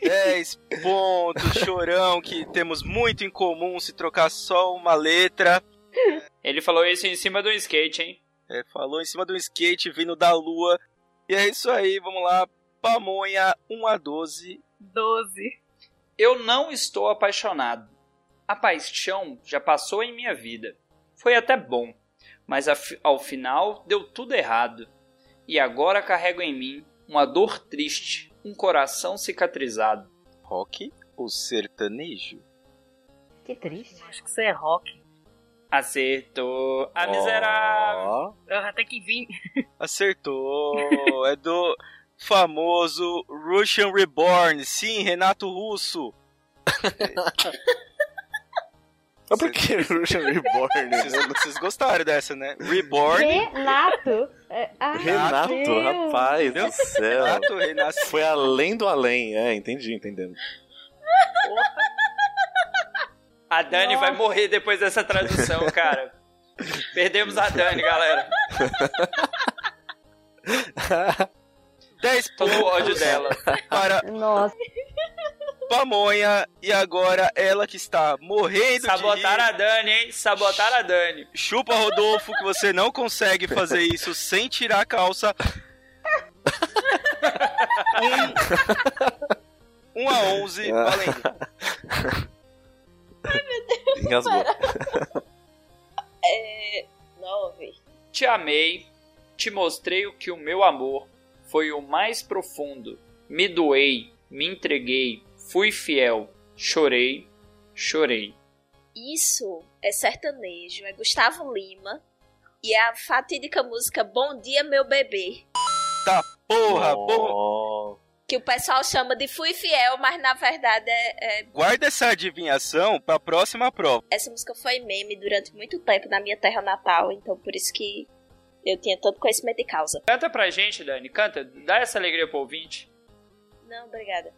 S2: 10 pontos, chorão, que temos muito em comum se trocar só uma letra.
S7: Ele falou isso em cima do skate, hein?
S2: É, falou em cima do skate vindo da lua. E é isso aí, vamos lá. Pamonha 1 a 12.
S3: 12.
S7: Eu não estou apaixonado. A paixão já passou em minha vida. Foi até bom, mas af- ao final deu tudo errado. E agora carrego em mim uma dor triste, um coração cicatrizado.
S2: Rock ou sertanejo?
S4: Que triste.
S3: Acho que isso é rock.
S7: Acertou a miserável.
S6: Ó.
S3: Ah, Tem que vir.
S2: Acertou! é do famoso Russian Reborn. Sim, Renato Russo.
S6: Mas por que Russian Reborn?
S2: Vocês, vocês gostaram dessa, né? Reborn.
S4: Renato. É, ai,
S6: Renato,
S4: meu Deus.
S6: rapaz do céu.
S2: Renato renasce.
S6: Foi além do além. É, entendi, entendendo.
S7: A Dani vai morrer depois dessa tradução, cara. Perdemos a Dani, galera.
S2: 10
S7: Todo o
S2: pontos
S7: ódio dela.
S2: para
S4: Nossa,
S2: pamonha e agora ela que está morrendo
S7: Sabotaram
S2: de
S7: a Dani, hein? Sabotaram a Dani.
S2: rir. Chupa Rodolfo que você não consegue fazer isso sem tirar a calça. Um, um a 11,
S6: Ah.
S2: valendo.
S6: Engasgou.
S8: Nove.
S7: Te amei, te mostrei o que o meu amor foi o mais profundo. Me doei, me entreguei, fui fiel, chorei, chorei.
S8: Isso é sertanejo, é Gustavo Lima. E é a fatídica música Bom Dia Meu Bebê.
S2: Porra, porra.
S6: bom.
S8: Que o pessoal chama de Fui Fiel, mas na verdade é- é-
S2: Guarda essa adivinhação pra próxima prova.
S8: essa música foi meme durante muito tempo na minha terra natal. Então por isso que eu tinha tanto conhecimento de causa.
S7: Canta pra gente, Dani, canta, dá essa alegria pro ouvinte.
S8: Não, obrigada.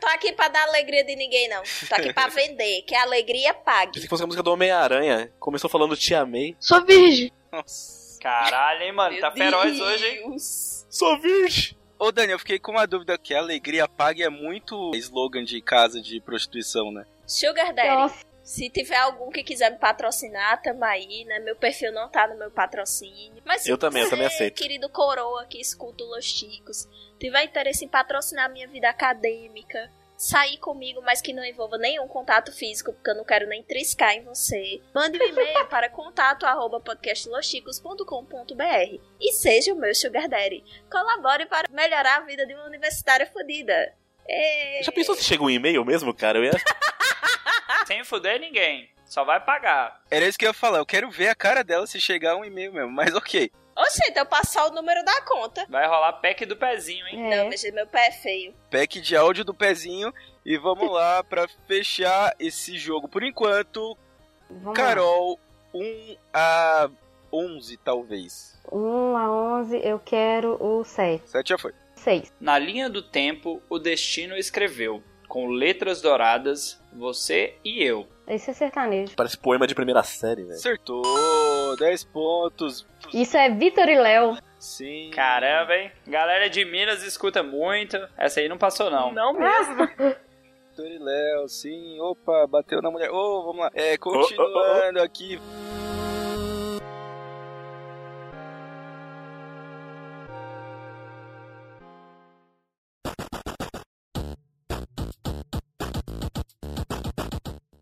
S8: Tô aqui pra dar alegria de ninguém, não. Tô aqui pra vender, que a alegria pague.
S6: Pensei que fosse a música do Homem-Aranha. Começou falando Te Amei.
S10: Sou virgem.
S2: Nossa.
S7: Caralho, hein, mano, tá feroz hoje, hein?
S6: Sou virgem.
S2: Ô Dani, eu fiquei com uma dúvida que alegria paga é muito slogan de casa de prostituição, né?
S8: Sugar Daddy.
S4: Nossa,
S8: Se tiver algum que quiser me patrocinar, tamo aí, né? Meu perfil não tá no meu patrocínio. Mas se
S6: Eu também, eu
S8: você,
S6: também aceito.
S8: querido coroa que escuta o Los Chicos, tiver interesse em patrocinar minha vida acadêmica, sair comigo, mas que não envolva nenhum contato físico, porque eu não quero nem triscar em você, mande um e-mail para contato arroba podcastlosticos.com.br e seja o meu Sugar Daddy. Colabore para melhorar a vida de uma universitária fodida. Ê!
S6: Já pensou se chega um e-mail mesmo, cara? Eu ia... tipo,
S7: Sem fuder ninguém, só vai pagar.
S2: Era isso que eu ia falar, eu quero ver a cara dela se chegar um e-mail mesmo, mas ok.
S8: Oxe, então eu passar o número da conta.
S7: Vai rolar pack do pezinho, hein?
S8: Não,
S4: é.
S8: mas meu pé é feio.
S2: Pack de áudio do pezinho e vamos lá pra fechar esse jogo por enquanto.
S4: Vamos lá.
S2: Carol, 1 a 11 talvez.
S4: 1 a 11, eu quero o 7.
S2: 7 já foi.
S4: 6.
S7: Na linha do tempo, o destino escreveu, com letras douradas, você e eu.
S4: Esse é sertanejo.
S6: Parece poema de primeira série,
S4: É.
S6: velho.
S2: Acertou, 10 pontos.
S4: Isso é Vitor e Léo.
S2: Sim.
S7: Caramba, hein? Galera de Minas escuta muito. Essa aí não passou, não.
S10: Não mesmo.
S2: Vitor e Léo, sim. Opa, bateu na mulher. Ô, vamos lá. É, continuando aqui.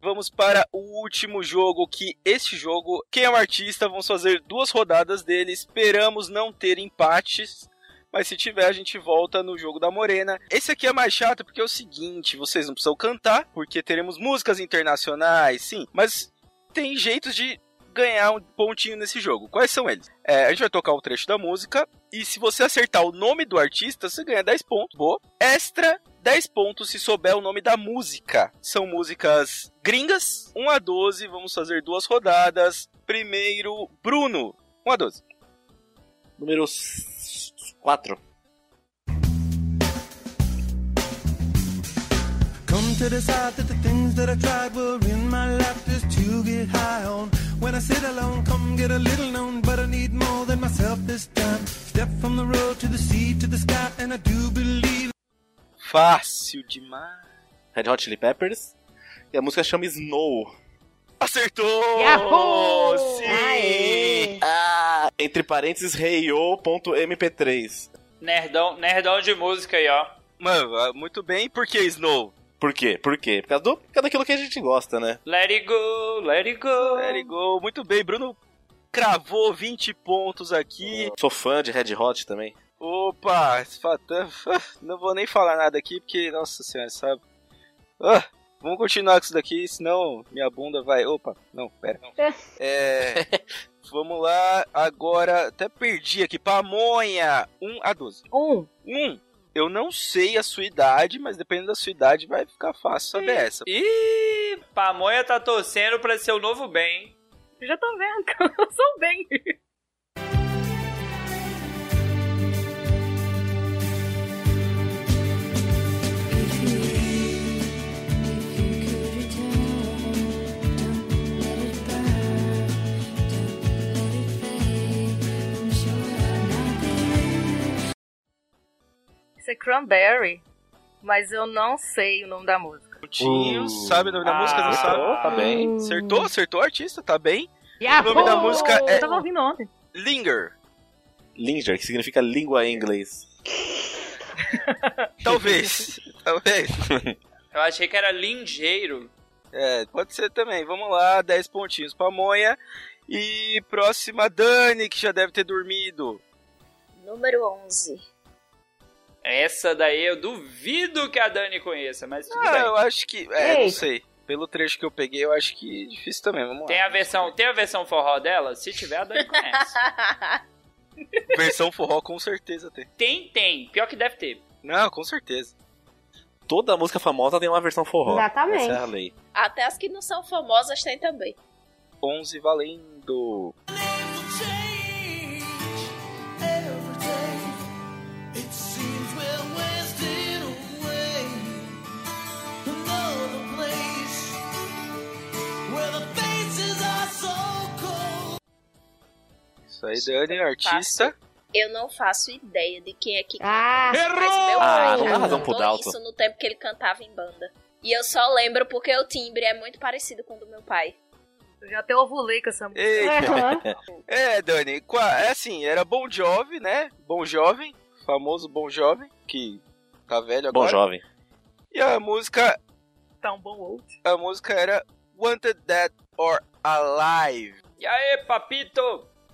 S2: Vamos para o último jogo, que este jogo, quem é o artista, vamos fazer duas rodadas dele. Esperamos não ter empates, mas se tiver, a gente volta no jogo da Morena. Esse aqui é mais chato porque é o seguinte: vocês não precisam cantar, porque teremos músicas internacionais, sim, mas tem jeitos de ganhar um pontinho nesse jogo. Quais são eles? É, a gente vai tocar o trecho da música, e se você acertar o nome do artista, você ganha 10 pontos. Boa. Extra. 10 pontos se souber o nome da música. São músicas gringas. 1 a 12, vamos fazer duas rodadas. Primeiro, Bruno. 1 a 12.
S6: Número 4.
S5: Come to decide that the things that I tried were in my life just to get high on. When I sit alone, come get a little known, but I need more than myself this time. Step from the road to the sea to the sky, and I do believe.
S2: Fácil demais.
S6: Red Hot Chili Peppers. E a música chama Snow.
S2: Acertou!
S4: Yahoo!
S2: Sim!
S4: Aê!
S6: Ah, entre parênteses, heyo.mp3.
S7: Nerdão, nerdão de música aí, ó.
S2: Mano, ah, muito bem, por que Snow?
S6: Por quê? Por quê? Por causa, do, por causa daquilo que a gente gosta, né?
S7: Let it go, let it go.
S2: There you go. Muito bem, Bruno cravou 20 pontos aqui.
S6: Sou fã de Red Hot também.
S2: Opa, esse fatã- não vou nem falar nada aqui, porque, nossa senhora, sabe? Ah, vamos continuar com isso daqui, senão minha bunda vai... Opa, não, pera. É, vamos lá, agora, até perdi aqui, pamonha, 1 a 12.
S4: 1.
S2: Um, eu não sei a sua idade, mas dependendo da sua idade vai ficar fácil saber essa.
S7: Ih, Pamonha tá torcendo pra ser o novo bem, hein?
S10: Eu Já tô vendo que eu sou bem. Isso é cranberry. mas eu não sei o nome da música.
S2: Tinho,
S7: Uh.
S2: sabe o nome da
S7: Ah.
S2: música? Não sabe?
S11: tá bem.
S2: Acertou, acertou o artista, tá bem.
S10: Yahoo!
S2: O nome da música é
S10: Eu tava ouvindo ontem.
S2: Linger.
S6: Linger, que significa língua em inglês.
S2: Talvez. Talvez.
S7: Eu achei que era lingeiro.
S2: É, pode ser também. Vamos lá, 10 pontinhos pra Monha. E próxima, Dani, que já deve ter dormido.
S8: Número 11.
S7: Essa daí eu duvido que a Dani conheça, mas tudo
S2: Ah,
S7: bem.
S2: eu acho que. É, não
S4: Ei.
S2: sei. Pelo trecho que eu peguei, eu acho que é difícil também. Vamos
S7: Tem
S2: lá.
S7: a versão, tem a versão forró dela? Se tiver, a Dani conhece.
S2: Versão forró, com certeza tem.
S7: tem, tem. Pior que deve ter.
S2: Não, com certeza.
S6: Toda música famosa tem uma versão forró.
S4: Exatamente.
S6: Essa é a lei.
S8: Até as que não são famosas tem também.
S2: 11 valendo. Isso aí, Dani, artista.
S8: Eu não faço ideia de quem é que
S4: Ah,
S8: Mas meu
S6: Ah,
S8: pai
S6: não dá
S8: já
S6: razão
S8: cantou
S6: pro Dalton.
S8: isso no tempo que ele cantava em banda. E eu só lembro porque o timbre é muito parecido com o do meu pai.
S10: Eu já até ovulei com essa música.
S2: Eita.
S4: aham.
S2: É, Dani, qua- é assim, era Bom Jovem, né? Bom Jovem, famoso Bom Jovem, que tá velho
S6: Bom
S2: agora.
S6: jovem.
S2: E a música,
S10: Tão Tá um bom old.
S2: a música era Wanted Dead or Alive.
S7: E aí, papito?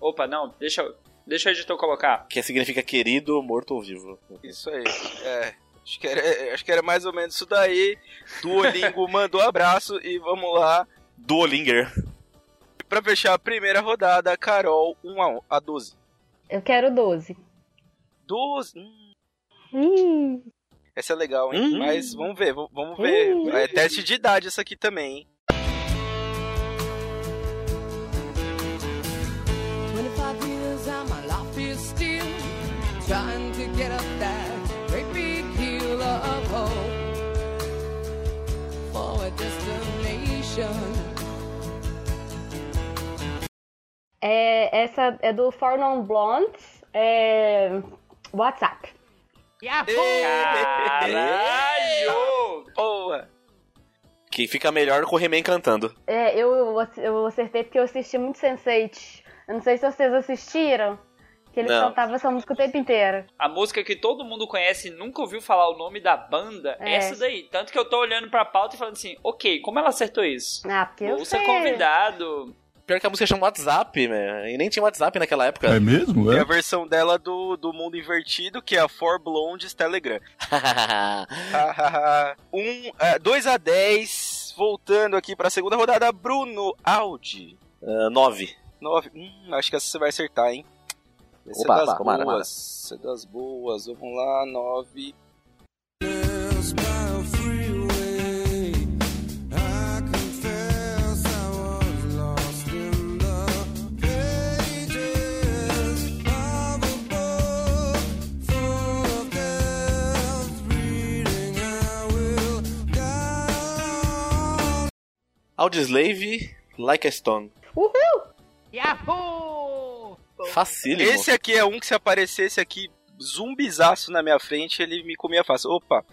S7: Opa, não. Deixa, eu- deixa o editor colocar.
S6: Que significa querido, morto ou vivo.
S2: Isso aí. É, acho que era, acho que era mais ou menos isso daí. Duolingo mandou abraço e vamos lá.
S6: Duolinger.
S2: Pra fechar a primeira rodada, Carol 1 a, 1, a 12.
S4: Eu quero 12.
S2: 12? Hum,
S4: Ih,
S2: essa é legal, hein?
S6: Hum.
S2: Mas vamos ver, vamos- vamos ver.
S6: Uhum.
S4: Hum.
S2: É teste de idade essa aqui também, hein?
S4: é, essa é do For Non Blondes, é, WhatsApp.
S7: Caralho!
S2: Boa!
S6: Que fica melhor com o He-Man cantando.
S4: É, eu, eu acertei porque eu assisti muito Sense8. Eu não sei se vocês assistiram, que ele
S6: Não.
S4: cantava essa música o tempo inteiro.
S7: A música que todo mundo conhece e nunca ouviu falar o nome da banda,
S4: É.
S7: essa daí. Tanto que eu tô olhando pra pauta e falando assim, ok, como ela acertou isso?
S4: Ah, porque eu
S7: Ouça
S4: sei.
S7: convidado.
S6: Pior que a música chama WhatsApp, né? E nem tinha WhatsApp naquela época.
S11: É mesmo?
S2: É a
S11: É?
S2: versão dela do, do mundo invertido, que é a Four Blondes Telegram.
S6: Ah,
S2: um, é, 2 a 10, voltando aqui pra segunda rodada, Bruno Aldi.
S6: Ah, Nove.
S2: 9. Hum, acho que essa você vai acertar, hein? Essa
S6: Opa,
S2: é das
S6: tomara, tomara.
S2: boas. Essa é das boas. Vamos lá, 9.
S6: Audioslave, Like a Stone.
S10: Yahoo!
S6: Facílimo.
S2: Esse aqui é um que se aparecesse aqui zumbizaço na minha frente, ele me comia fácil. Opa!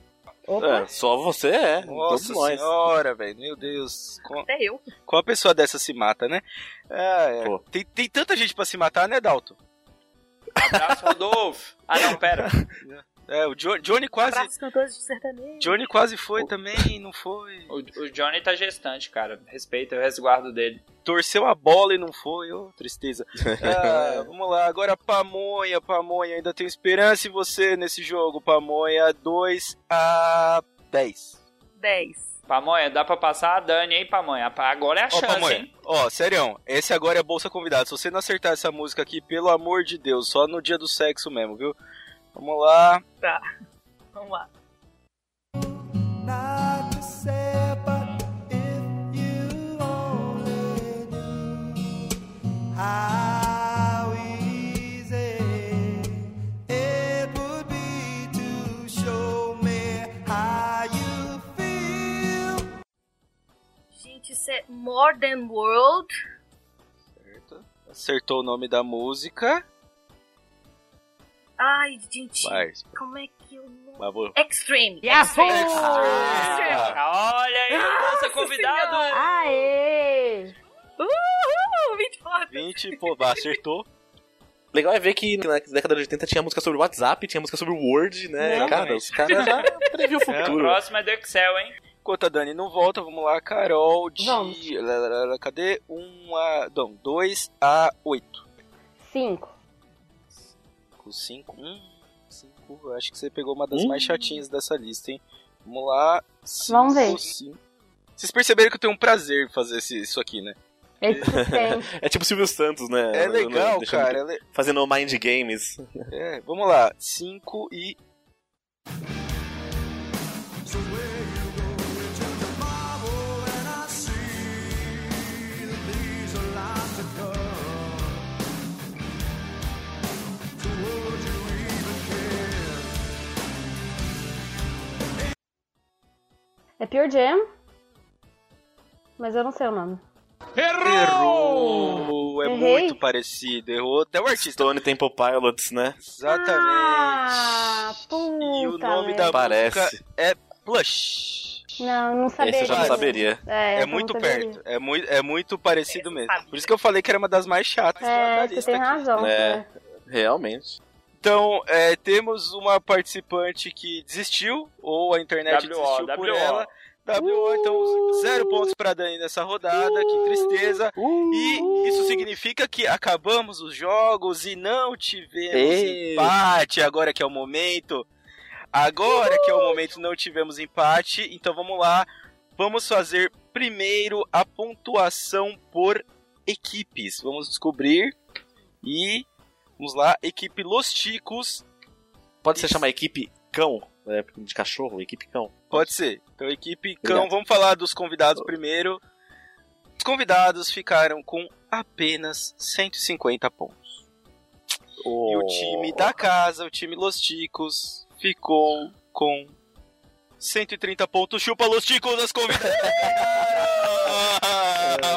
S6: É, só você é.
S2: Nossa
S6: todos nós.
S2: senhora, velho. Meu Deus. Com-
S10: Até eu.
S2: Qual a pessoa dessa se mata, né? É, é.
S6: Pô.
S2: Tem, tem tanta gente pra se matar, né, Dalton?
S7: Abraço, Rodolfo. Ah, não, pera.
S2: É, o Johnny, Johnny quase.
S10: Abraços cantores de sertanejo.
S2: Johnny quase foi também, não foi.
S7: O, o Johnny tá gestante, cara. Respeita o resguardo dele.
S2: Torceu a bola e não foi, ô, tristeza.
S6: É.
S2: Ah, vamos lá, agora Pamonha, Pamonha, ainda tenho esperança em você nesse jogo, Pamonha. 2 a 10.
S10: 10.
S7: Pamonha, dá pra passar a Dani, hein, Pamonha? Pa- Agora é a
S2: Ó,
S7: chance,
S2: Pamonha,
S7: hein?
S2: ó, serião, esse agora é Bolsa Convidado. Se você não acertar essa música aqui, pelo amor de Deus, só no dia do sexo mesmo, viu? Vamos lá.
S10: Vamos lá. Gente, isso é More Than World.
S2: Acertou o nome da música.
S10: Ai, gente.
S2: Mas,
S10: Como é que eu não.
S2: mas vou...
S10: Extreme.
S4: Yahoo!
S7: Ah, Olha aí, moça convidado!
S4: Aê!
S10: Uhul, 24.
S2: 20, pô, bah, acertou.
S6: Legal é ver que na década de 80 tinha música sobre WhatsApp, tinha música sobre Word, né?
S2: Não,
S6: cara,
S2: mas-
S6: os caras já previu o
S7: A
S6: futuro.
S7: próxima é do Excel, hein?
S2: Enquanto a Dani não volta, vamos lá, Carol de.
S4: Vamos.
S2: lá, lá, lá, lá, Cadê? 1 a. Não, 2 a 8.
S4: 5.
S2: 5, 1, 5. um, Acho que você pegou uma das mais chatinhas dessa lista, hein? Vamos lá. cinco,
S4: Vamos ver.
S2: cinco. Vocês perceberam que eu tenho um prazer em fazer esse- isso aqui, né?
S4: Existente.
S6: É tipo Silvio Santos, né?
S2: É legal,
S6: Deixando-
S2: cara. é le-
S6: Fazendo mind games.
S2: É, vamos lá. 5 e.
S4: É Pure Jam? Mas eu não sei o nome.
S2: Errou! É
S4: Errei?
S2: muito parecido. Errou até o artista.
S6: Stone Temple Pilots, né?
S2: Exatamente.
S4: Ah,
S2: e o
S4: puta
S2: nome
S4: merda.
S2: da
S6: Parece.
S2: música é Plush.
S4: Não, não saberia.
S6: Esse eu já não saberia.
S4: É,
S2: É
S4: essa eu não
S2: muito
S4: saberia.
S2: perto, é muito, é muito parecido
S10: Essa
S2: mesmo.
S10: sabe.
S2: Por isso que eu falei que era uma das mais chatas da
S4: É, você
S2: lista.
S4: tem
S2: aqui.
S4: razão.
S6: É.
S4: né?
S6: Realmente.
S2: Então, é, temos uma participante que desistiu, ou Né, a internet desistiu
S7: WO,
S2: por
S7: WO.
S2: ela. WO, então zero pontos pra Dani nessa rodada, que tristeza.
S6: Uh,
S2: E isso significa que acabamos os jogos e não tivemos
S6: Ei.
S2: empate, agora que é o momento. Agora que é o momento, não tivemos empate, então vamos lá. Vamos fazer primeiro a pontuação por equipes. Vamos descobrir. E vamos lá, equipe Los Ticos.
S6: Pode ser chamar equipe cão, né? De cachorro, equipe cão.
S2: Pode ser. Então, equipe
S6: Obrigado.
S2: Cão, vamos falar dos convidados primeiro. Os convidados ficaram com apenas 150 pontos. E o time da casa, o time Los Ticos, ficou com 130 pontos. Chupa Los Ticos, as convidadas!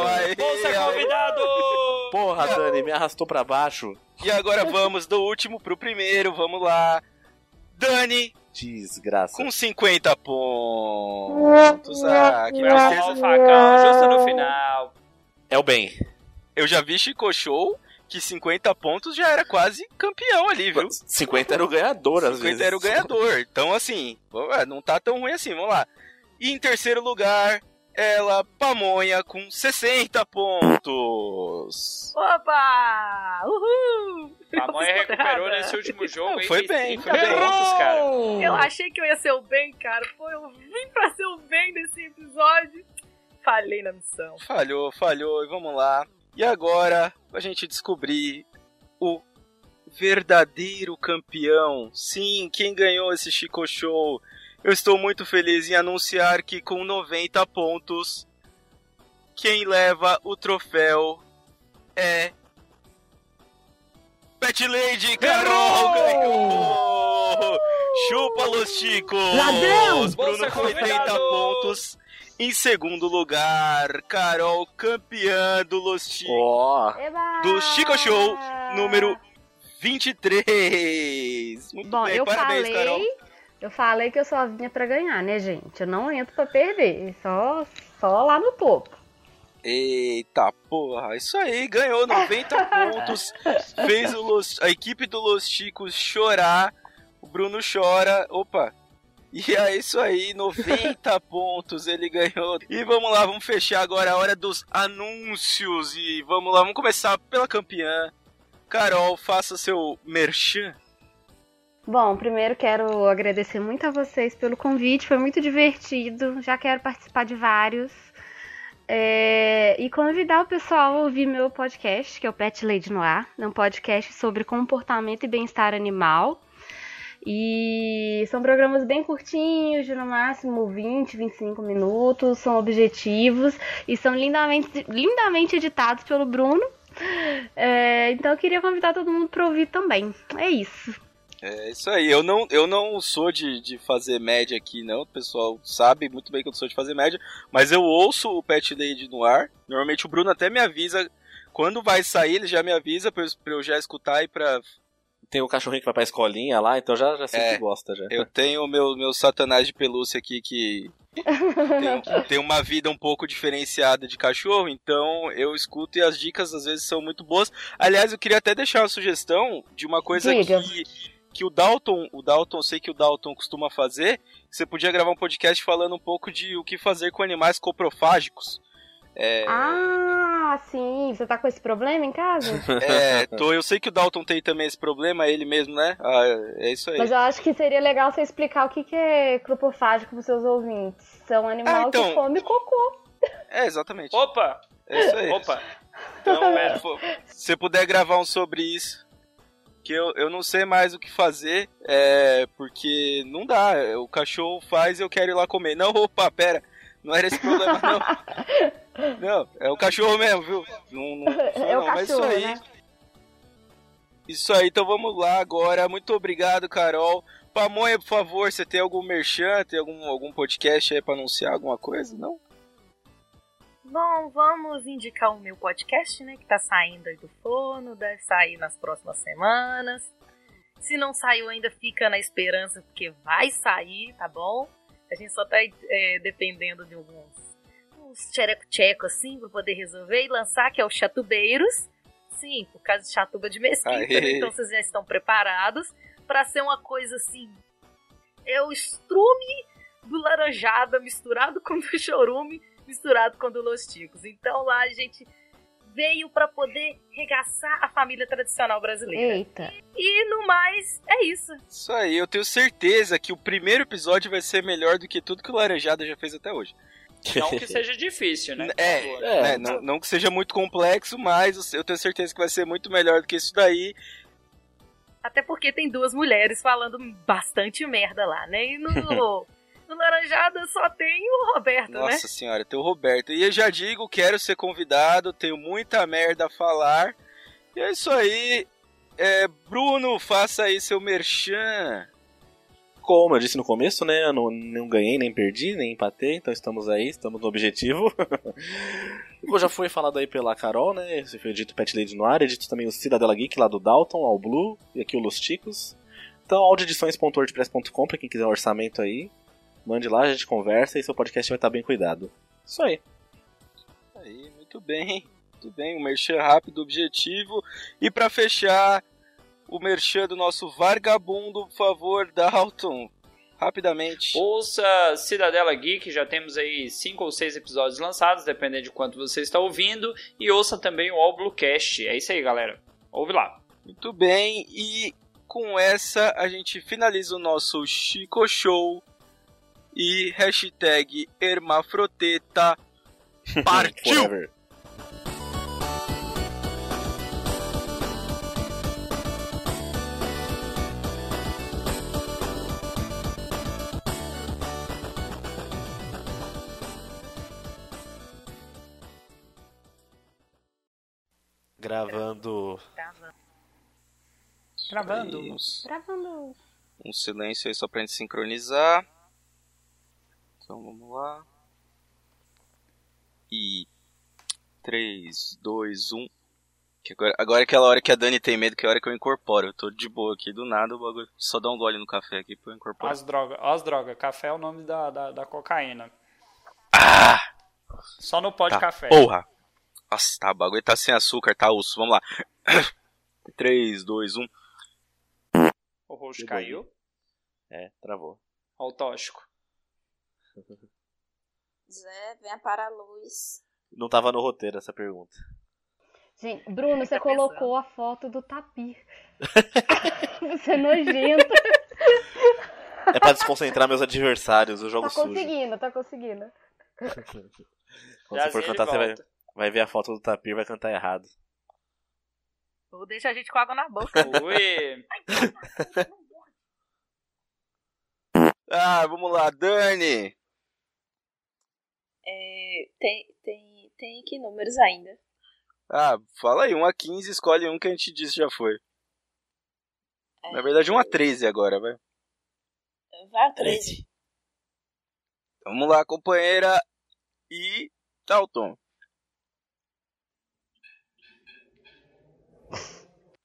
S2: Aê,
S7: Moça
S2: aê.
S7: convidado!
S6: Porra, Dani, me arrastou pra baixo.
S2: E agora vamos do último pro primeiro, vamos lá. Dani
S6: Desgraça.
S2: com 50 pontos. Ah, que
S7: Foi um
S2: tristeza.
S7: mau facão, justo no final.
S6: É o bem.
S2: Eu já vi Chico Show que 50 pontos já era quase campeão ali, viu?
S6: 50 era o ganhador, às
S2: 50
S6: vezes.
S2: era o ganhador. Então, assim, vamos lá, não tá tão ruim assim, vamos lá. E em terceiro lugar, ela, Pamonha, com 60 pontos.
S10: Opa! Uhul!
S7: A mãe
S10: Nossa,
S7: recuperou
S10: errada.
S7: nesse último jogo. hein?
S2: Foi bem,
S7: Fez
S2: foi
S7: 30
S2: bem.
S7: pontos, cara.
S10: Eu achei que eu ia ser o bem, cara. Pô, eu vim pra ser o bem desse episódio. Falei na missão.
S2: Falhou, falhou, e vamos lá. E agora, a gente descobrir o verdadeiro campeão. Sim, quem ganhou esse Chico Show. Eu estou muito feliz em anunciar que com 90 pontos, quem leva o troféu é... Pet Lady Carol ganhou! Chupa, Los Chicos!
S4: Ladrão!
S2: Bruno
S7: Bolsa
S2: com 80
S7: convidado!
S2: pontos. Em segundo lugar, Carol campeã do Los Chicos.
S6: Ó,
S4: Eba!
S2: Do Chico Show, número 23. Muito
S4: Bom,
S2: bem,
S4: eu
S2: parabéns,
S4: falei.
S2: Carol.
S4: Eu falei que eu só vinha pra ganhar, né, gente? Eu não entro pra perder. Só, só lá no topo.
S2: Eita porra, isso aí, ganhou 90 pontos. Fez o Los- a equipe do Los Chicos chorar. O Bruno chora. Opa! E é isso aí, 90 pontos ele ganhou. E vamos lá, vamos fechar agora a hora dos anúncios. E vamos lá, vamos começar pela campeã. Carol, faça seu merchan.
S4: Bom, primeiro quero agradecer muito a vocês pelo convite, foi muito divertido. Já quero participar de vários. É, e convidar o pessoal a ouvir meu podcast, que é o Pet Lady Noir. É um podcast sobre comportamento e bem-estar animal. E são programas bem curtinhos, de no máximo 20, 25 minutos, são objetivos e são lindamente, lindamente editados pelo Bruno. É, então eu queria convidar todo mundo para ouvir também. É isso.
S2: É isso aí, eu não, eu não sou de, de fazer média aqui, não. O pessoal sabe muito bem que eu não sou de fazer média, mas eu ouço o Pet Lady no ar. Normalmente o Bruno até me avisa. Quando vai sair, ele já me avisa pra eu, pra eu já escutar e pra
S6: tem o cachorrinho que vai pra escolinha lá, então já, já sei
S2: É.
S6: que gosta já.
S2: Eu tenho o meu, meu satanás de pelúcia aqui que tem, tem uma vida um pouco diferenciada de cachorro, então eu escuto e as dicas às vezes são muito boas. Aliás, eu queria até deixar uma sugestão de uma coisa
S4: Diga.
S2: que, que o Dalton, o Dalton, eu sei que o Dalton costuma fazer. Você podia gravar um podcast falando um pouco de o que fazer com animais coprofágicos. É,
S4: Ah, sim. Você tá com esse problema em casa?
S2: é, tô- eu sei que o Dalton tem também esse problema, ele mesmo, né? Ah, é isso aí.
S4: Mas eu acho que seria legal você explicar o que, que é cropofágico para seus ouvintes. São animal
S2: Ah, então.
S4: que come cocô.
S2: É, exatamente.
S7: Opa!
S2: É isso aí.
S7: Opa!
S2: Então,
S7: É, pô,
S2: se você puder gravar um sobre isso, que eu, eu não sei mais o que fazer, é, porque não dá. O cachorro faz e eu quero ir lá comer. Não, opa, pera. Não era esse problema, não. Não, é o cachorro mesmo, viu? Não, não, não,
S4: É o
S2: mas isso
S4: cachorro,
S2: aí.
S4: né?
S2: Isso aí, então vamos lá agora. Muito obrigado, Carol. Pamonha, por favor, você tem algum merchan, tem algum, algum podcast aí pra anunciar alguma coisa? Não?
S10: Bom, vamos indicar o meu podcast, né? Que tá saindo aí do forno, deve sair nas próximas semanas. Se não saiu ainda, fica na esperança, porque vai sair, tá bom? A gente só tá é, dependendo de alguns uns tchereco-tcheco, assim, pra poder resolver e lançar, que é o Chatubeiros. Sim, por causa de Chatuba de Mesquita,
S2: Aê.
S10: né? Então vocês já estão preparados pra ser uma coisa assim. É o estrume do laranjada misturado com do chorume misturado com do Los Ticos. Então lá a gente veio pra poder regaçar a família tradicional brasileira.
S4: Eita.
S10: E no mais, é isso.
S2: Isso aí, eu tenho certeza que o primeiro episódio vai ser melhor do que tudo que o Laranjada já fez até hoje.
S7: não que seja difícil, né?
S2: É,
S7: Por favor.
S6: É.
S2: né, não, não que seja muito complexo, mas eu tenho certeza que vai ser muito melhor do que isso daí.
S10: Até porque tem duas mulheres falando bastante merda lá, né? E no, no Laranjada só tem o Roberto, né?
S2: Nossa senhora, tem o Roberto. E eu já digo, quero ser convidado, tenho muita merda a falar. E é isso aí. É, Bruno, faça aí seu merchan.
S6: Como eu disse no começo, né? Eu não, não ganhei, nem perdi, nem empatei, então estamos aí, estamos no objetivo. Como já foi falado aí pela Carol, né? Esse foi dito Pet Lady no ar, edito também o Cidadela Geek lá do Dalton, ao Blue, e aqui o Los Ticos. Então, audioedições.wordpress.com pra quem quiser um orçamento aí, mande lá, a gente conversa e seu podcast vai estar bem cuidado. Isso aí.
S2: Aí, muito bem. Muito bem, um merchan rápido, objetivo. E pra fechar, o merchan do nosso vagabundo, por favor, Dalton. Rapidamente.
S7: Ouça Cidadela Geek, já temos aí cinco ou seis episódios lançados, dependendo de quanto você está ouvindo. E ouça também o All Bluecast. É isso aí, galera. Ouve lá.
S2: Muito bem, e com essa a gente finaliza o nosso Chico Show e hashtag Hermafroteta partiu!
S6: Forever. Gravando.
S7: Travando.
S2: E um,
S4: Gravando.
S2: um silêncio aí só pra gente sincronizar. Então vamos lá. E 3, 2, 1. Que agora, agora é aquela hora que a Dani tem medo, que é a hora que eu incorporo. Eu tô de boa aqui do nada, o bagulho. Só dá um gole no café aqui pra eu incorporar.
S7: As drogas. As drogas. Café é o nome da, da, da cocaína. Só não pode
S2: Tá,
S7: café.
S2: Porra! Ah! Nossa, tá, o bagulho tá sem açúcar, tá osso. Vamos lá. 3, 2, 1.
S7: O roxo
S6: Tudo
S7: caiu.
S6: É, travou.
S7: Olha o tóxico.
S8: Zé, venha para a luz.
S6: Não tava no roteiro essa pergunta.
S4: Gente, Bruno, você
S10: Tá
S4: colocou a foto do tapir. você é nojento.
S6: É pra desconcentrar meus adversários, eu jogo
S4: Tá
S6: sujo.
S4: conseguindo, tá conseguindo.
S6: Quando
S7: Já
S6: você for
S7: ele
S6: cantar, você vai,
S7: volta.
S6: vai ver a foto do Tapir e vai cantar errado.
S10: Ou deixa a gente com água na boca.
S7: Ui.
S2: Ah, vamos lá, Dani!
S8: É, tem, tem, tem que números ainda?
S2: Ah, fala aí, 1 a 15, escolhe um que a gente disse já foi.
S8: É,
S2: Na verdade, 1 a 13 agora, vai.
S8: Vai, 13.
S2: Vamos lá, companheira e Dalton.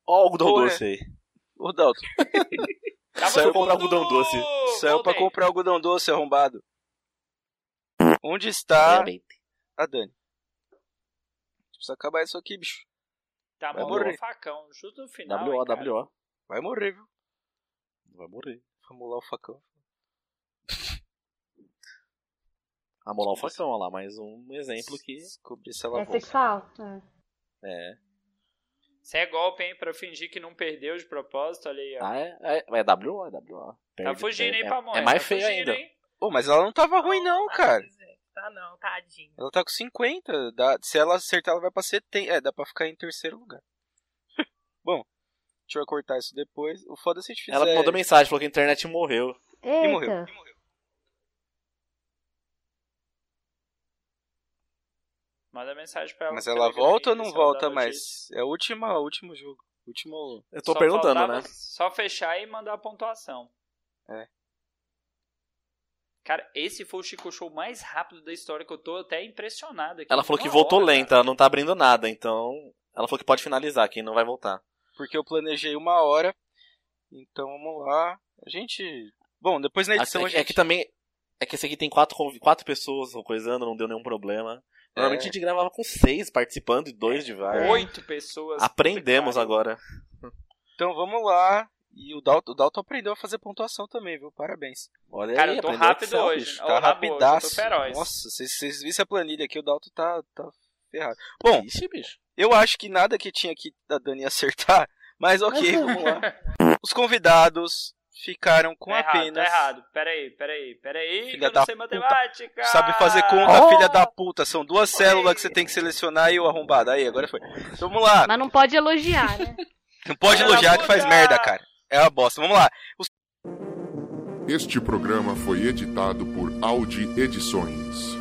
S6: Ó, o algodão
S2: Pô, é.
S6: doce aí.
S2: Ô, Dalton.
S7: Tava
S6: Saiu
S7: todo
S6: comprar
S7: mundo-
S6: algodão doce.
S2: Saiu pra
S7: Voltei.
S2: comprar algodão doce arrombado. Onde está a Dani? A gente precisa acabar isso aqui, bicho.
S7: Tá
S6: Vai
S7: bom,
S6: morrer.
S7: um facão, justo no final.
S6: WO,
S7: hein, cara.
S6: WO.
S2: Vai morrer, viu?
S6: Vai morrer.
S2: Vamos lá o facão.
S6: Amolar o facão, olha lá, mais um exemplo que.
S2: Descobrir se ela
S4: É
S2: volta.
S4: sexual? É.
S6: É.
S7: Isso é golpe, hein? Pra fingir que não perdeu de propósito, olha aí, ó.
S6: Ah, é, é, é WO, é WO.
S7: tá
S6: Perde-
S7: fugindo,
S6: é,
S7: hein, Pamonha?
S6: É, é mais
S7: tá
S6: feio
S7: fugindo,
S6: ainda.
S7: Hein?
S2: Pô, mas ela não tava ruim não, cara.
S10: Tá não, tadinho.
S2: Ela tá com 50. dá- se ela acertar, ela vai pra 70. É, dá pra ficar em terceiro lugar. Bom, a gente vai cortar isso depois. O foda é se a gente fizer...
S6: Ela me mandou mensagem, falou que a internet morreu.
S2: E
S4: É. Eita.
S2: morreu. E morreu.
S7: Manda mensagem pra ela.
S2: Mas
S7: pra
S2: ela
S7: ver que
S2: volta
S7: tem
S2: ou não
S7: esse
S2: volta
S7: rodado
S2: mais?
S7: disso.
S2: É o último, o último jogo. Último...
S6: Eu tô
S7: Só
S6: perguntando,
S7: faltava
S6: né?
S7: Só fechar e mandar a pontuação.
S2: É.
S7: Cara, esse foi o Chico Show mais rápido da história que eu tô até impressionado aqui.
S6: Ela falou que
S7: Uma
S6: voltou
S7: hora, cara.
S6: lenta, ela não tá abrindo nada, então. Ela falou que pode finalizar, que não vai voltar.
S2: porque eu planejei uma hora. Então vamos lá. A gente. Bom, depois na
S6: É,
S2: edição a
S6: que- é
S2: gente.
S6: que também. É que esse aqui tem quatro, conv- quatro pessoas coisando, não deu nenhum problema.
S2: é,
S6: Normalmente a gente gravava com seis participando e dois de vaga.
S7: É. Oito pessoas.
S6: Aprendemos
S7: Puta que
S6: agora.
S2: Então vamos lá. E o Dalton, o Dalton aprendeu a fazer pontuação também, viu? Parabéns.
S6: Olha
S7: Cara,
S6: aí,
S7: eu tô
S6: aprendeu
S7: rápido
S6: Excel,
S7: hoje.
S6: bicho.
S7: Ô,
S2: tá
S7: né? na boa, eu tô
S2: rapidaço.
S7: feroz.
S2: Nossa, vocês vocês vissem a planilha aqui, o Dalton tá, tá ferrado. Bom,
S6: Ixi, bicho.
S2: eu acho que nada que tinha que a Dani acertar, mas ok, vamos lá. Os convidados ficaram com
S7: tá errado,
S2: apenas.
S7: Tá errado, peraí, peraí, peraí, que
S2: Filha
S7: eu não
S2: da
S7: sei
S2: puta.
S7: matemática.
S2: Sabe fazer conta,
S4: Ah!
S2: filha da puta. São duas células que você tem que selecionar e o arrombado. Aí, agora foi. Então, vamos lá.
S4: Mas não pode elogiar, né?
S2: Não pode
S7: Filha da
S2: elogiar que faz
S7: puta!
S2: merda, cara. É uma bosta. Vamos lá.
S1: Este programa foi editado por Audi Edições.